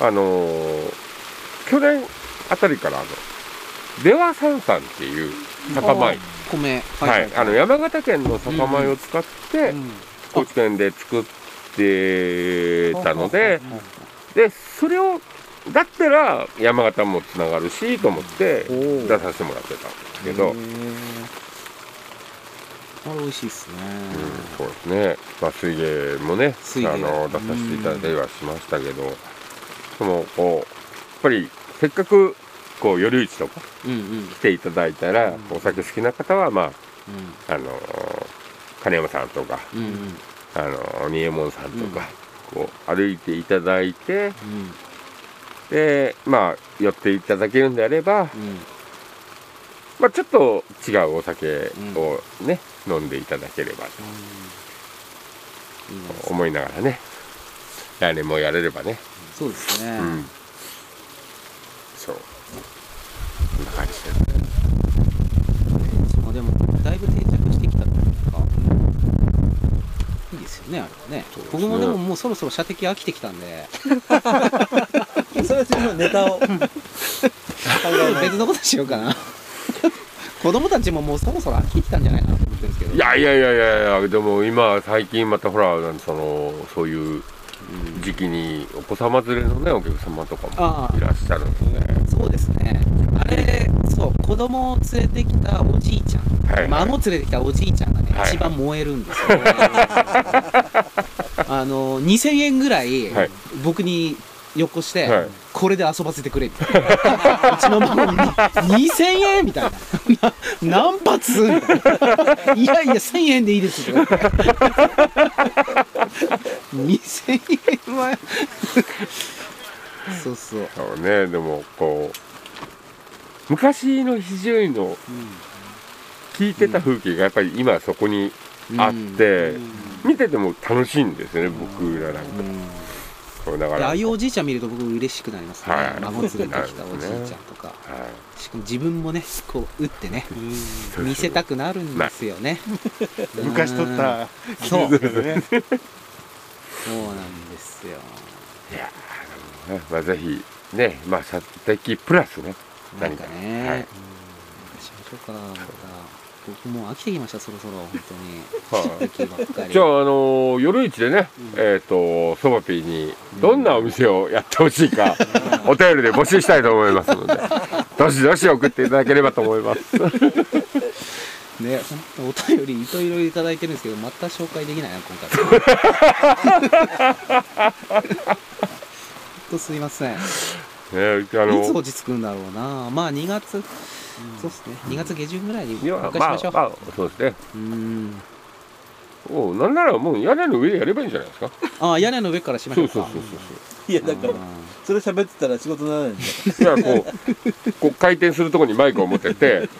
あのー去年あたりから、あの、出羽三山っていう酒米、米はい、あの山形県の酒米を使って、うん高知県で作ってたので、でそれをだったら山形もつながるしと思って出させてもらってたんですけど、へーあれ美味しいっすね、そうですね、まあ、水芸もね水芸あの出させていただいたりはしましたけど、でもこうやっぱりせっかくこう夜市とかうん、うんうん来ていただいたら、お酒好きな方はまああの金山さんとかうんうんあの仁右衛門さんとか、こう歩いていただいてうんでまあ寄っていただけるんであれば、うんまあ、ちょっと違うお酒をね、飲んでいただければいいねと思いながらね来年もやれればね、そうですね、うんそうこんな感じでまあでもだいぶ定着してきたというかいいですよねあれはねそうですね僕もでももうそろそろ射的飽きてきたんでそれは自分のネタを考えない別のことしようかな 子供たちももうそろそろ飽きてきたんじゃないかなと思ってるんですけどいやいやいやいやいやでも今最近またほらそのそういう時期にお子様連れのねお客様とかあもあいらっしゃるんでねそうですねあれそう子供を連れてきたおじいちゃん、はいはい孫連れてきたおじいちゃんがね、はい一番燃えるんですよ、 あの2000円ぐらいはい僕によこして、はいこれで遊ばせてくれって 言ってうちの孫に2000円みたいな な何発みたいないやいや1000円でいいですよ2000円はそうそうそうねでもこう昔の非常にの聞いてた風景がやっぱり今そこにあって、見てても楽しいんですよね僕らなんか、そうだかいやらああいうおじいちゃん見ると僕嬉しくなりますね、はい孫連れてきたおじいちゃんとか、はしかも自分もねこう打ってねい見せたくなるんですよね昔撮ったそうですよねそうなんですよねまあ、ぜひねまあ射的プラスねなんかね、はいなんかしましょうかなんか僕もう飽きてきましたそろそろ本はい当にばっかりじゃあ、あのー夜市でね、えっ、と、そばピーにどんなお店をやってほしいか、お便りで募集したいと思います ので、どしどし送っていただければと思います。ねほんとお便りいろいろいただいてるんですけどまた紹介できないな今回ほん とすいませんね、あいつの落ち着くんだろうなまあ2月、そうですね2月下旬ぐらいにいや復活しままあしょう、まあそうですねうーんおうなんならもう屋根の上でやればいいんじゃないですかああ屋根の上からしましそょううかそうそういやだからあそれ喋ってたら仕事にならないんだそうじゃあこうこう回転するとこにマイクを持って て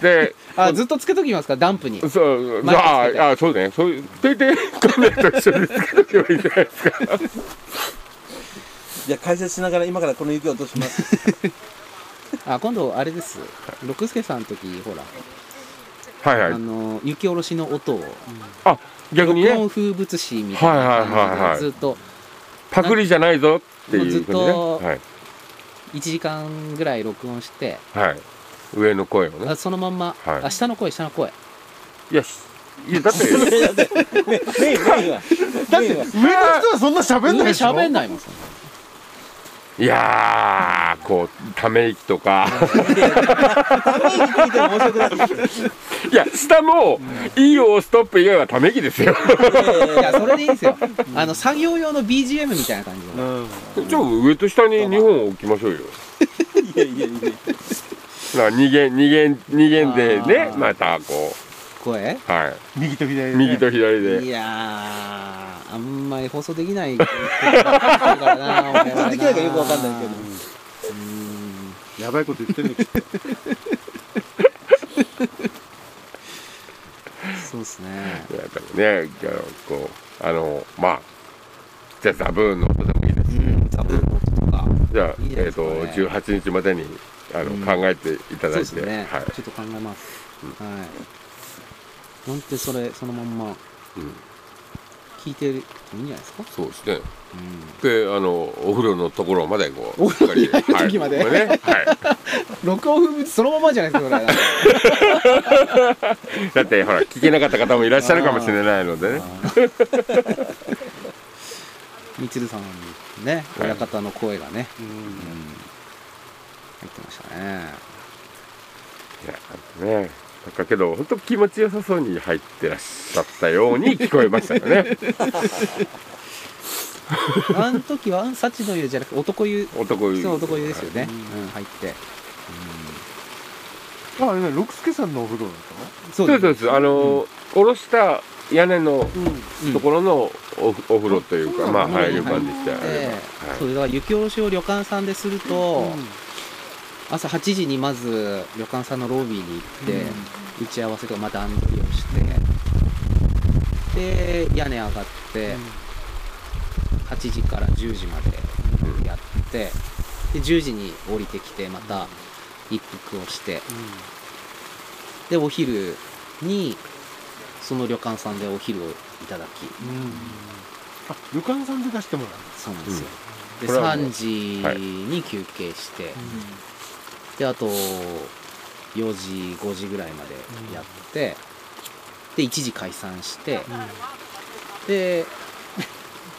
でーあずっとつけときますかダ ンプにそうマイクあつけてああそうねそういう定点カメラと一緒につけとけばいいんじゃないですかじゃあ解説しながら今からこの雪を落としますあ今度あれです六輔さんの時ほら、はいはあいの雪下ろしの音をあ逆に録ね音風物詩みたいなはいはいはいは感いじでずっとパクリじゃないぞっていうふうにねもうずっとはい、 1時間ぐらい録音して、はい、上の声をねあそのまんま、はいあ下の声下の声いやしいやだ ってメインメインはメインは上の人はそんな喋んないでしょ喋んない もんいやーこうため息とかために聞いても面白くないいや下も「いいよストップ」以外はため息ですよいやそれでいいですよあの作業用の BGM みたいな感じでじゃあ上と下に2本置きましょうよ。いやいやいやだから2弦2弦2弦でねあーまたこ声うは右と左いで右と左いで。やーあんまり放送できないことだからな俺はできないかよくわかんないけどやばいこと言ってるのきっとそうですねいやでもねじゃあこうあのまあじゃあザブーンの音でもいいです。うん多分音とかじゃあ、いいじゃないえでっすかとね18日までにあの、うん考えていたそうだでいすて、ね、はい、ちょっと考えます、はいなんてそれそのまんまうん聞いてるいいんじゃないですかそうですね。うんで、あのお風呂のところまでこう、お風呂に入る時まではい、ね、はい。録音そのままじゃないですかこれだってほら聞けなかった方もいらっしゃるかもしれないのでね。 みつるさんのねはい親方の声がね、うん入ってましたねいやね、なんかけど本当気持ちよさそうに入ってらっしゃったよう に聞こえましたよね。あの時は幸の湯じゃなくて男湯男普湯。通の男湯ですよね、うん、入って ああれね六助さんのお風呂だっそそうですそうです。あの、下ろした屋根のうんところのおお風呂というか、うんまあうん入る感じしてあれば。えはいえそうだから雪下ろしを旅館さんですると、朝8時にまず旅館さんのロビーに行って、打ち合わせとかまた段取りをしてで屋根上がって、8時から10時までやってで10時に降りてきてまた一服をして、でお昼にその旅館さんでお昼をいただきたね。あ旅館さんで出してもらう。そうなんですよ、こでれはもう3時に休憩して、であと4時5時ぐらいまでやって、で1時解散して、で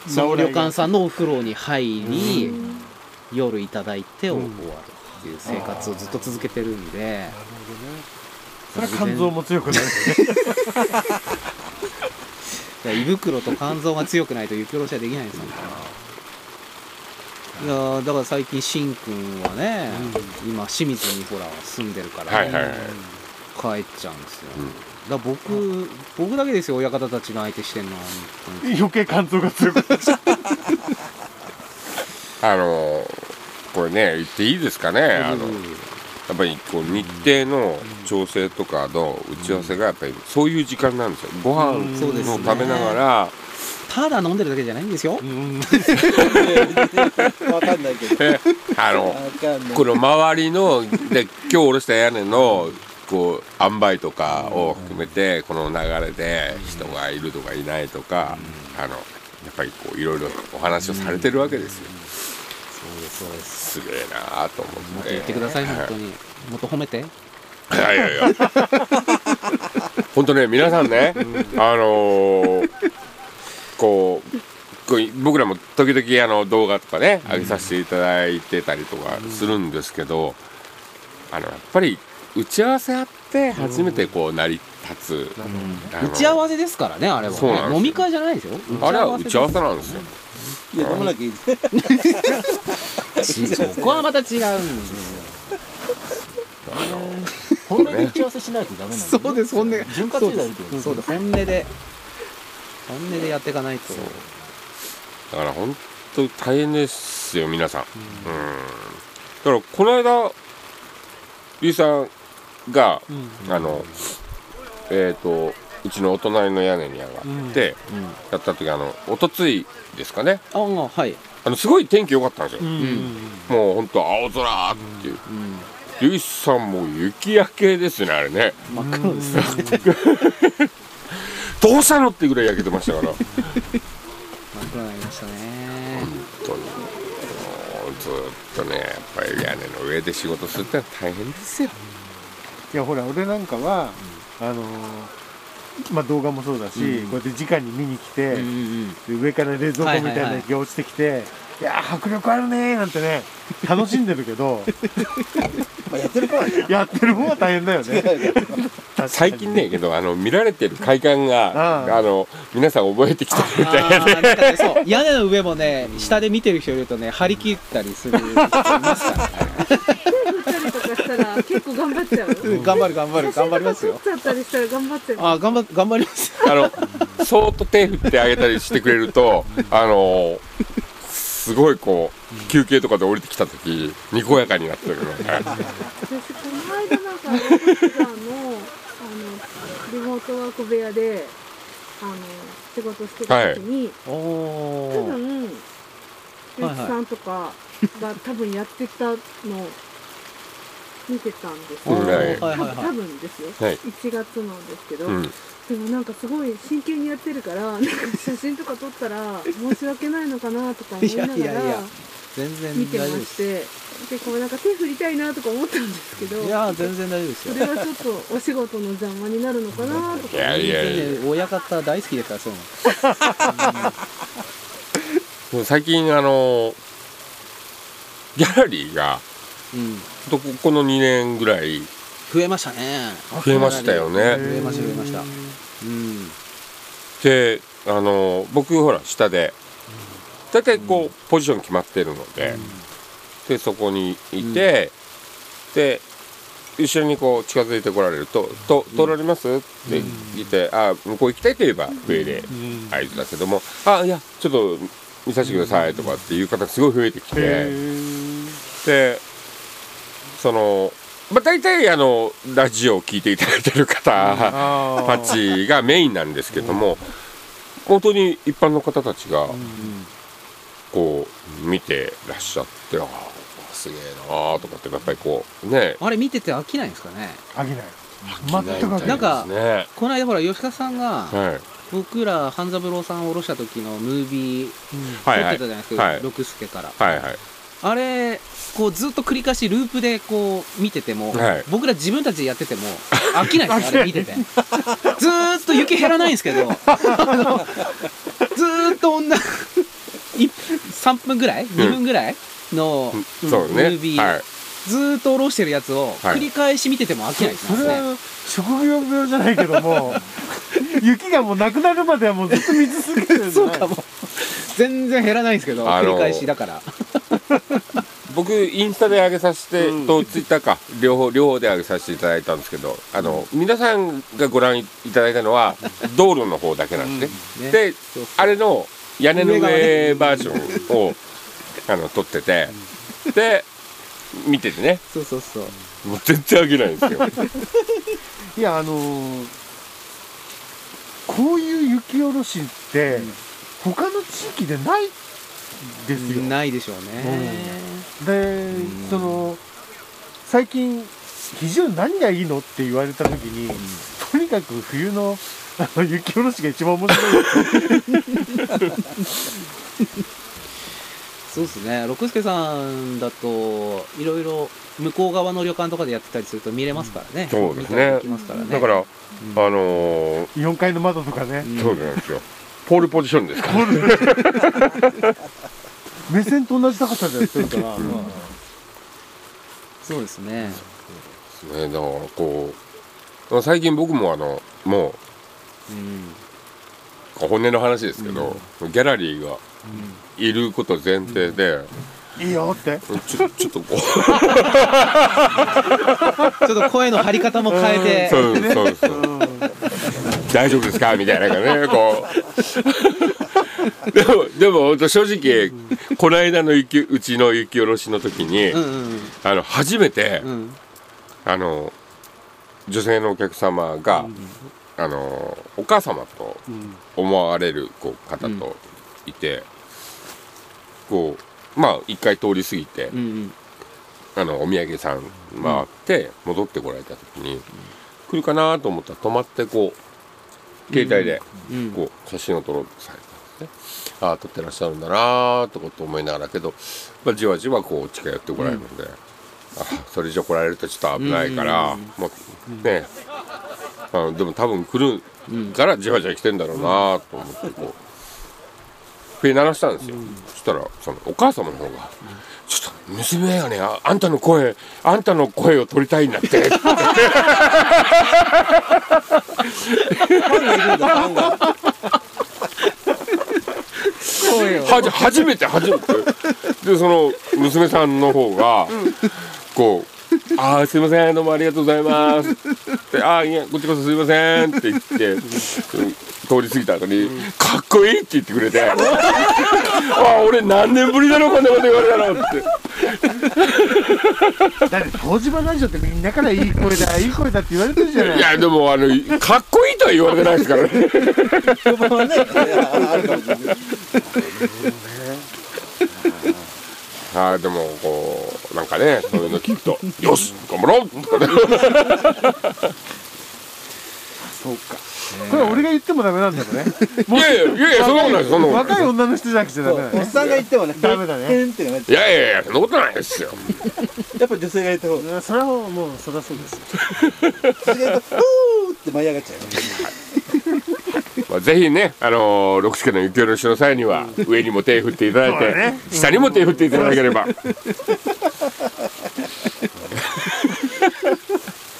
その旅館さんのお風呂に入り、夜いただいてを終わるっていう生活をずっと続けてるんで、それは肝臓も強くなるよね。いや胃袋と肝臓が強くないと雪下ろしはできないんですよいやーだから最近しんくんはね、今清水にほら住んでるから、はいはいはい。帰っちゃうんですよ、うんだから僕僕だけですよ親方たちの相手してんのは本当に 余計肝臓が強く なる。あのこれね言っていいですかね。あのやっぱりこう日程の調整とかの打ち合わせがやっぱりそういう時間なんですよ。ご飯うんをそうです食ねべながら、ただ飲んでるだけじゃないんですよ、わかんないけど。あわのかんない。この周りので今日下ろした屋根のこう塩梅とかを含めてこの流れで人がいるとかいないとか、あのやっぱりこういろいろお話をされてるわけですよ。そうですそうですすげえなあと思もっっとて。言ってください、本当にもっと褒めていやいやいや。本当ね、皆さんね、あのーこう、こう僕らも時々あの動画とかね、上げさせていただいてたりとかするんですけど、あの、やっぱり打ち合わせあって初めてこう成り立つ。あの打ち合わせですからねあれはそうなんですよ飲み会じゃないですよあれは打ち合わせななんですよ。いや、飲まなきゃいい。 そこはまた違うんですよ本音で打ち合わせしないとダメなんだねそうです本音潤滑油だよそうだ本音で本音でやっていかないとだから本当に大変ですよ皆さん。うん。だからこの間リュウさんが、あのえっ、とうちのお隣の屋根に上がって、うんあやった時あのおとついですかね。あはいあのすごい天気良かったんですよ。んもう本当青空っていう。うんリュウさんも雪焼けですねあれね。真っ黒ですねどうしたのってぐらい焼けてましたから。真っ黒になりましたね本当にもうずっとねやっぱり屋根の上で仕事するってのは大変ですよ。いやほら俺なんかは、あのーまあ動画もそうだし、うんこうやって直に見に来て、うんうんうんで上から冷蔵庫みたいなのが落ちてきて、いやー迫力あるねーなんてね楽しんでるけどまあ、やってるからね。やってる方は大変だよね確かに最近ねけどあの見られてる快感が、うんあの皆さん覚えてきてるみたいあーなんかねそう屋根の上もね下で見てる人いるとね張り切ったりする人いますからねったりとかしたら結構頑張っちゃう。 頑張る頑張る頑張ります写よ真とか撮っちゃったりしたら頑張っちゃう。あー頑張頑張りますあのそーっと手振ってあげたりしてくれるとあのすごいこう休憩とかで降りてきた時にこやかになってるのね私この間なんかロボットさんのあのリモートワーク部屋であの仕事してた時に、お多お分ゆきさんとかが多分やってたのを見てたんですうよんはいはいはい多は分ですよ、はい1月なんですけど、うん。でもなんかすごい真剣にやってるからなんか写真とか撮ったら申し訳ないのかなとか思いながらいやいやいや全見然てま大丈夫ですしてでこうなんか手振りたいなとか思ったんですけどいや全然大丈夫ですそよれはちょっとお仕事の邪魔になるのかなといかやいやいや。全然親方大好きだからそうなんですもう最近あのギャラリーがうんどここの2年ぐらい増えましたね増えましたよね。増えました増えましたうんであの僕ほら下で大体こう、ポジション決まってるので、でそこにいて、で一緒にこう近づいてこられると「と通られます?」って言って「あ向こう行きたい」といえば上で合図だけども「あいやちょっと見させてください」とかっていう方すごい増えてきて。でその、まあ、大体あのラジオを聞いていただいてる方たちがメインなんですけども本当に一般の方たちがこう見てらっしゃってああすげえなあとかってやっぱりこうねあれ見てて飽きないんですかねあげない全くあげななんいかねこの間ほら吉川さんがはい僕ら半三郎さんを下ろした時のムービー撮っはいてはたいじゃないですはかい六輔からはいはいあれこうずっと繰り返しループでこう見てても、はい僕ら自分たちでやっ てても飽きないですよあれ見ててずーっと雪減らないんですけどあのずーっと女3分ぐらい2分ぐらいの、そうムねービーはいずーっと下ろしてるやつをはい繰り返し見てても飽きないですそね、れは職業病じゃないけども雪がもうなくなるまではもうずっと水続けてるんじゃ そうないかも全然減らないんですけどあ繰のり返しだから僕インスタで上げさせて、とツイッターか両方両方で上げさせていただいたんですけどあの皆さんがご覧いただいたのは道路の方だけなんですね。うんでそうあれの屋根の上が上ねバージョンをあの撮っててで見ててねそうそうそうもう全然上げないんですよ。 いやあのーこういう雪下ろしって、他の地域でないですよないでしょうね、で、その最近肘を何がいいのって言われた時に、とにかく冬のあの雪下ろしが一番面白いそうですね六輔さんだといろいろ向こう側の旅館とかでやってたりすると見れますからね、そうですね見たりできますからねだから、あのー4階の窓とかねそうなんですよ。ポールポジションですから、目線と同じ高さでやってるからそうですねね。だからこう最近僕もあのもううん本音の話ですけど、ギャラリーがいること前提で、いいよってちょちょっとこうちょっと声の張り方も変 えてそうそうそう大丈夫ですかみたいなのがねこ うでもでも本当正直この間の雪うちの雪下ろしの時に、うんうんあの初めて、うんうんあの女性のお客様が、あのお母様と思われるこう方といて、こうまあ一回通り過ぎて。うんうんあのお土産さん回って戻ってこられた時に、来るかなと思ったら止まってこう携帯でうんこう写真を撮ろうとされたんですね、ああ撮ってらっしゃるんだなーとかと思いながらけど、まあ、じわじわこう近寄ってこられるので、あそれ以上来られるとちょっと危ないから、もうねあのでも多分来るからじわじわ来てんだろうなーと思ってこう。笛鳴らしたんですよ、そしたらそのお母様の方が「ちょっと娘がねああんたの声あんたの声を取りたいんだって」ってはじ初めて初めてでその娘さんの方がこう「ああすいませんどうもありがとうございます」って「ああいやこっちこそすいません」って言ってうん通り過ぎた後に「かっこいい」って言ってくれて「ああ俺何年ぶりだろこんなこと言われたの」って。だって東芝ラジオってみんなからいい声だいい声だって言われてるじゃないいやでもあのかっこいいとは言われてないですからね評判はね、あるかもしれない。ああでもこうなんかねそういうの聞くと「よし頑張ろう!」とかねそうか。これは俺が言ってもダメなんだよね。いやいやいやいやそんなことないそんなことな若い女の人じゃなくちゃダメだおっね。さんが言ってもねダメだねてんってなっいいちゃやいやいやそんなことないですようやっぱ女性がいた方がそれはもうそりゃそうですよ。女性がいた方がうーって舞い上がっちゃうよねまあ、ぜひね、あのー、六助の雪下ろしの際には上にも手振っていただいて、そうだね下にも手振っていただければ、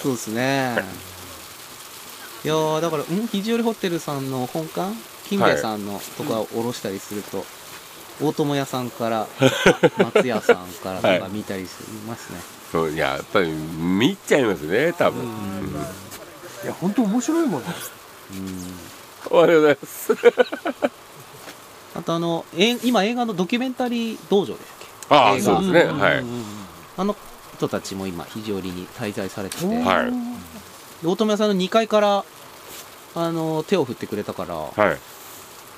そうですね。いやーだから、ん肘折ホテルさんの本館金兵衛さんのとかを下ろしたりすると、大友屋さ んから、松屋さんからとはかい見たりしますね。そういややっぱり見入っちゃいますね多分、うんいや本当面白いもの。おはようございますあとあの、え今映画のドキュメンタリー道場ですっけあ映あ画そうですねはいあの人たちも今、肘折に滞在されてて、はで大友屋さんの2階から、あの、手を振ってくれたから、いはい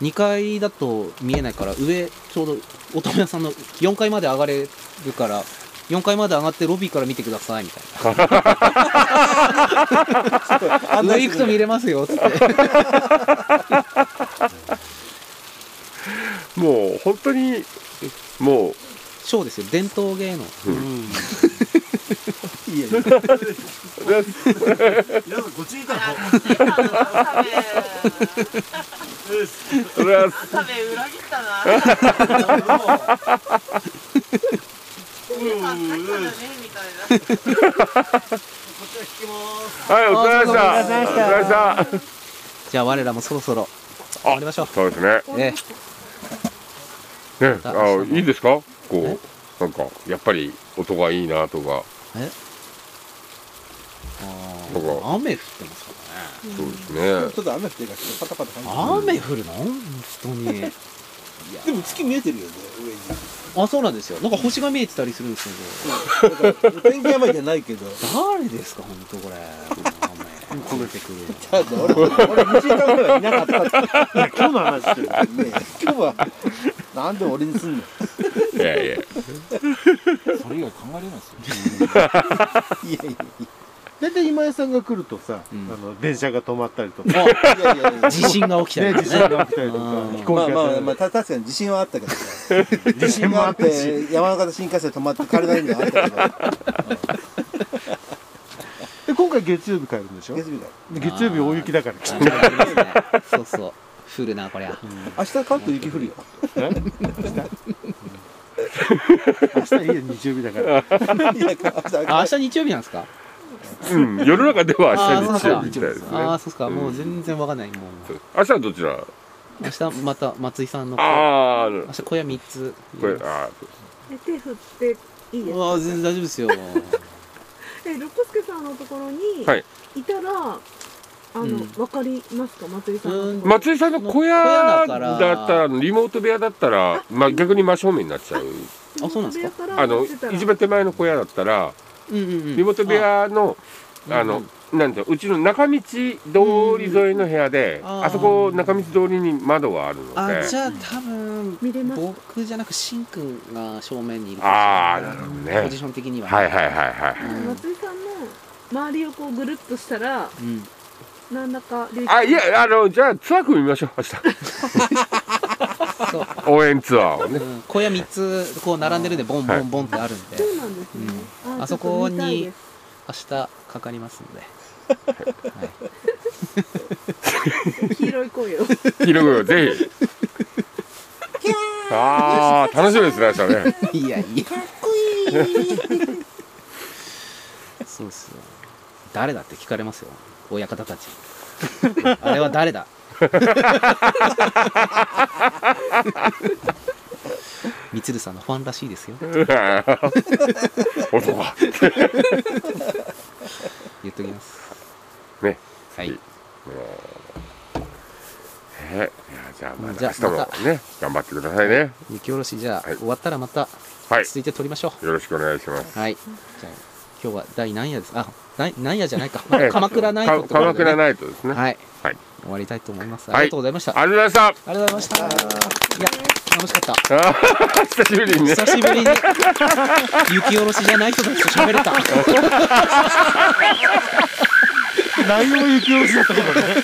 2階だと見えないから上ちょうど乙女屋さんの4階まで上がれるから4階まで上がってロビーから見てくださいみたいな上行くと見れますよっつって もう本当にもうショーですよ伝統芸能いいよね皆さんこっちにいたらそれは食べ裏切ったな。さっきからねみたいな。はいお疲れ様でしたお疲れ様でしじゃあ我らもそろそろた終わりましょうそうですねえねああそういいですかこうなんかやっぱり音がいいなとかえそうか雨降ってますからねそうですねちょっと雨降ってるからパタパタ感じる雨降るの本当に でも月見えてるよねあそうなんですよなんか星が見えてたりするんですけど上にだから天気やばいじゃないけど誰ですか本 当これ雨 降ってくるだって俺俺2時間ぐらいいなかったっていや今日の話してる。ね今日はなんで俺にすんのいやいやそれ以外考えれないですよいやいやいだいたい今井さんが来るとさ、うんあの電車が止まったりとか、やいやいやいや地震が起きたねりと地か震ねが起きたりとうかん飛行まあ機まがあ飛んまだありた確かに自信はあったけどさとか地 自信震もがああっったし。て山形新幹線止まって帰れないんだあったけどで今回月曜日帰るんでしょ。月 曜日だ月曜日大雪だから来 た。そうそう降るなこりゃ明日関東雪降るよ明日いいよ日曜日だから。いや明日あ明日日曜日なんですかうん世の中では明あー日日曜日みたいですねああそうっすかもう全然わかんないもう明日はどちら明日また松井さんの明ああ日小屋3つこれあえ手振っていいでうすわー全然大丈夫ですよえ六助さんのところにはいいたら、あの、うんわかりますか松井さんのところ松井さんの小屋小屋だからだったらリモート部屋だったら、まあ、逆に真正面になっちゃうあそうなんですか手元部あ屋からの待ってたら一番手前の小屋だったらうんうんうんリモート部屋のああうのんなんていうのうちの中道通り沿いの部屋でうんあーあそこ中道通りに窓があるのであじゃあ多分見れますか僕じゃなくしんくんが正面にいるああなるほどポねジション的にははいはいはいはいうん松井さんの周りをこうぐるっとしたらうんなんだかであいやあのじゃあツアー組みましょう明日そう応援ツアーをねうん小屋3つこう並んでるんでボンボンボンってあるんでそうなんですね、うんあちょそっとこに見たいです明日かかりますんで黄色い声を広くぜひああ楽しみですね明日ねいやいやかっこいいそうっすよ誰だって聞かれますよ親方たちあれは誰だみつるさんのファンらしいですよ男は言っときます ねはいぜえーいやじゃあまじた明ゃあ日もまたね頑張ってくださいね雪下ろしじゃあ、はい終わったらまたはい続いて撮りましょよろしくお願いしますうはいじゃあ今日は第何夜ですあない何夜じゃないかまだ鎌倉ナイトってかことでね鎌倉ナイトですねはい、はい終わりたいと思いますはいありがとうございました、ありがとうございましたありがとうございましたいや楽しかった。久しぶりにね久しぶりに、雪下ろしじゃない人たちと喋れた。内容雪下ろしだったからね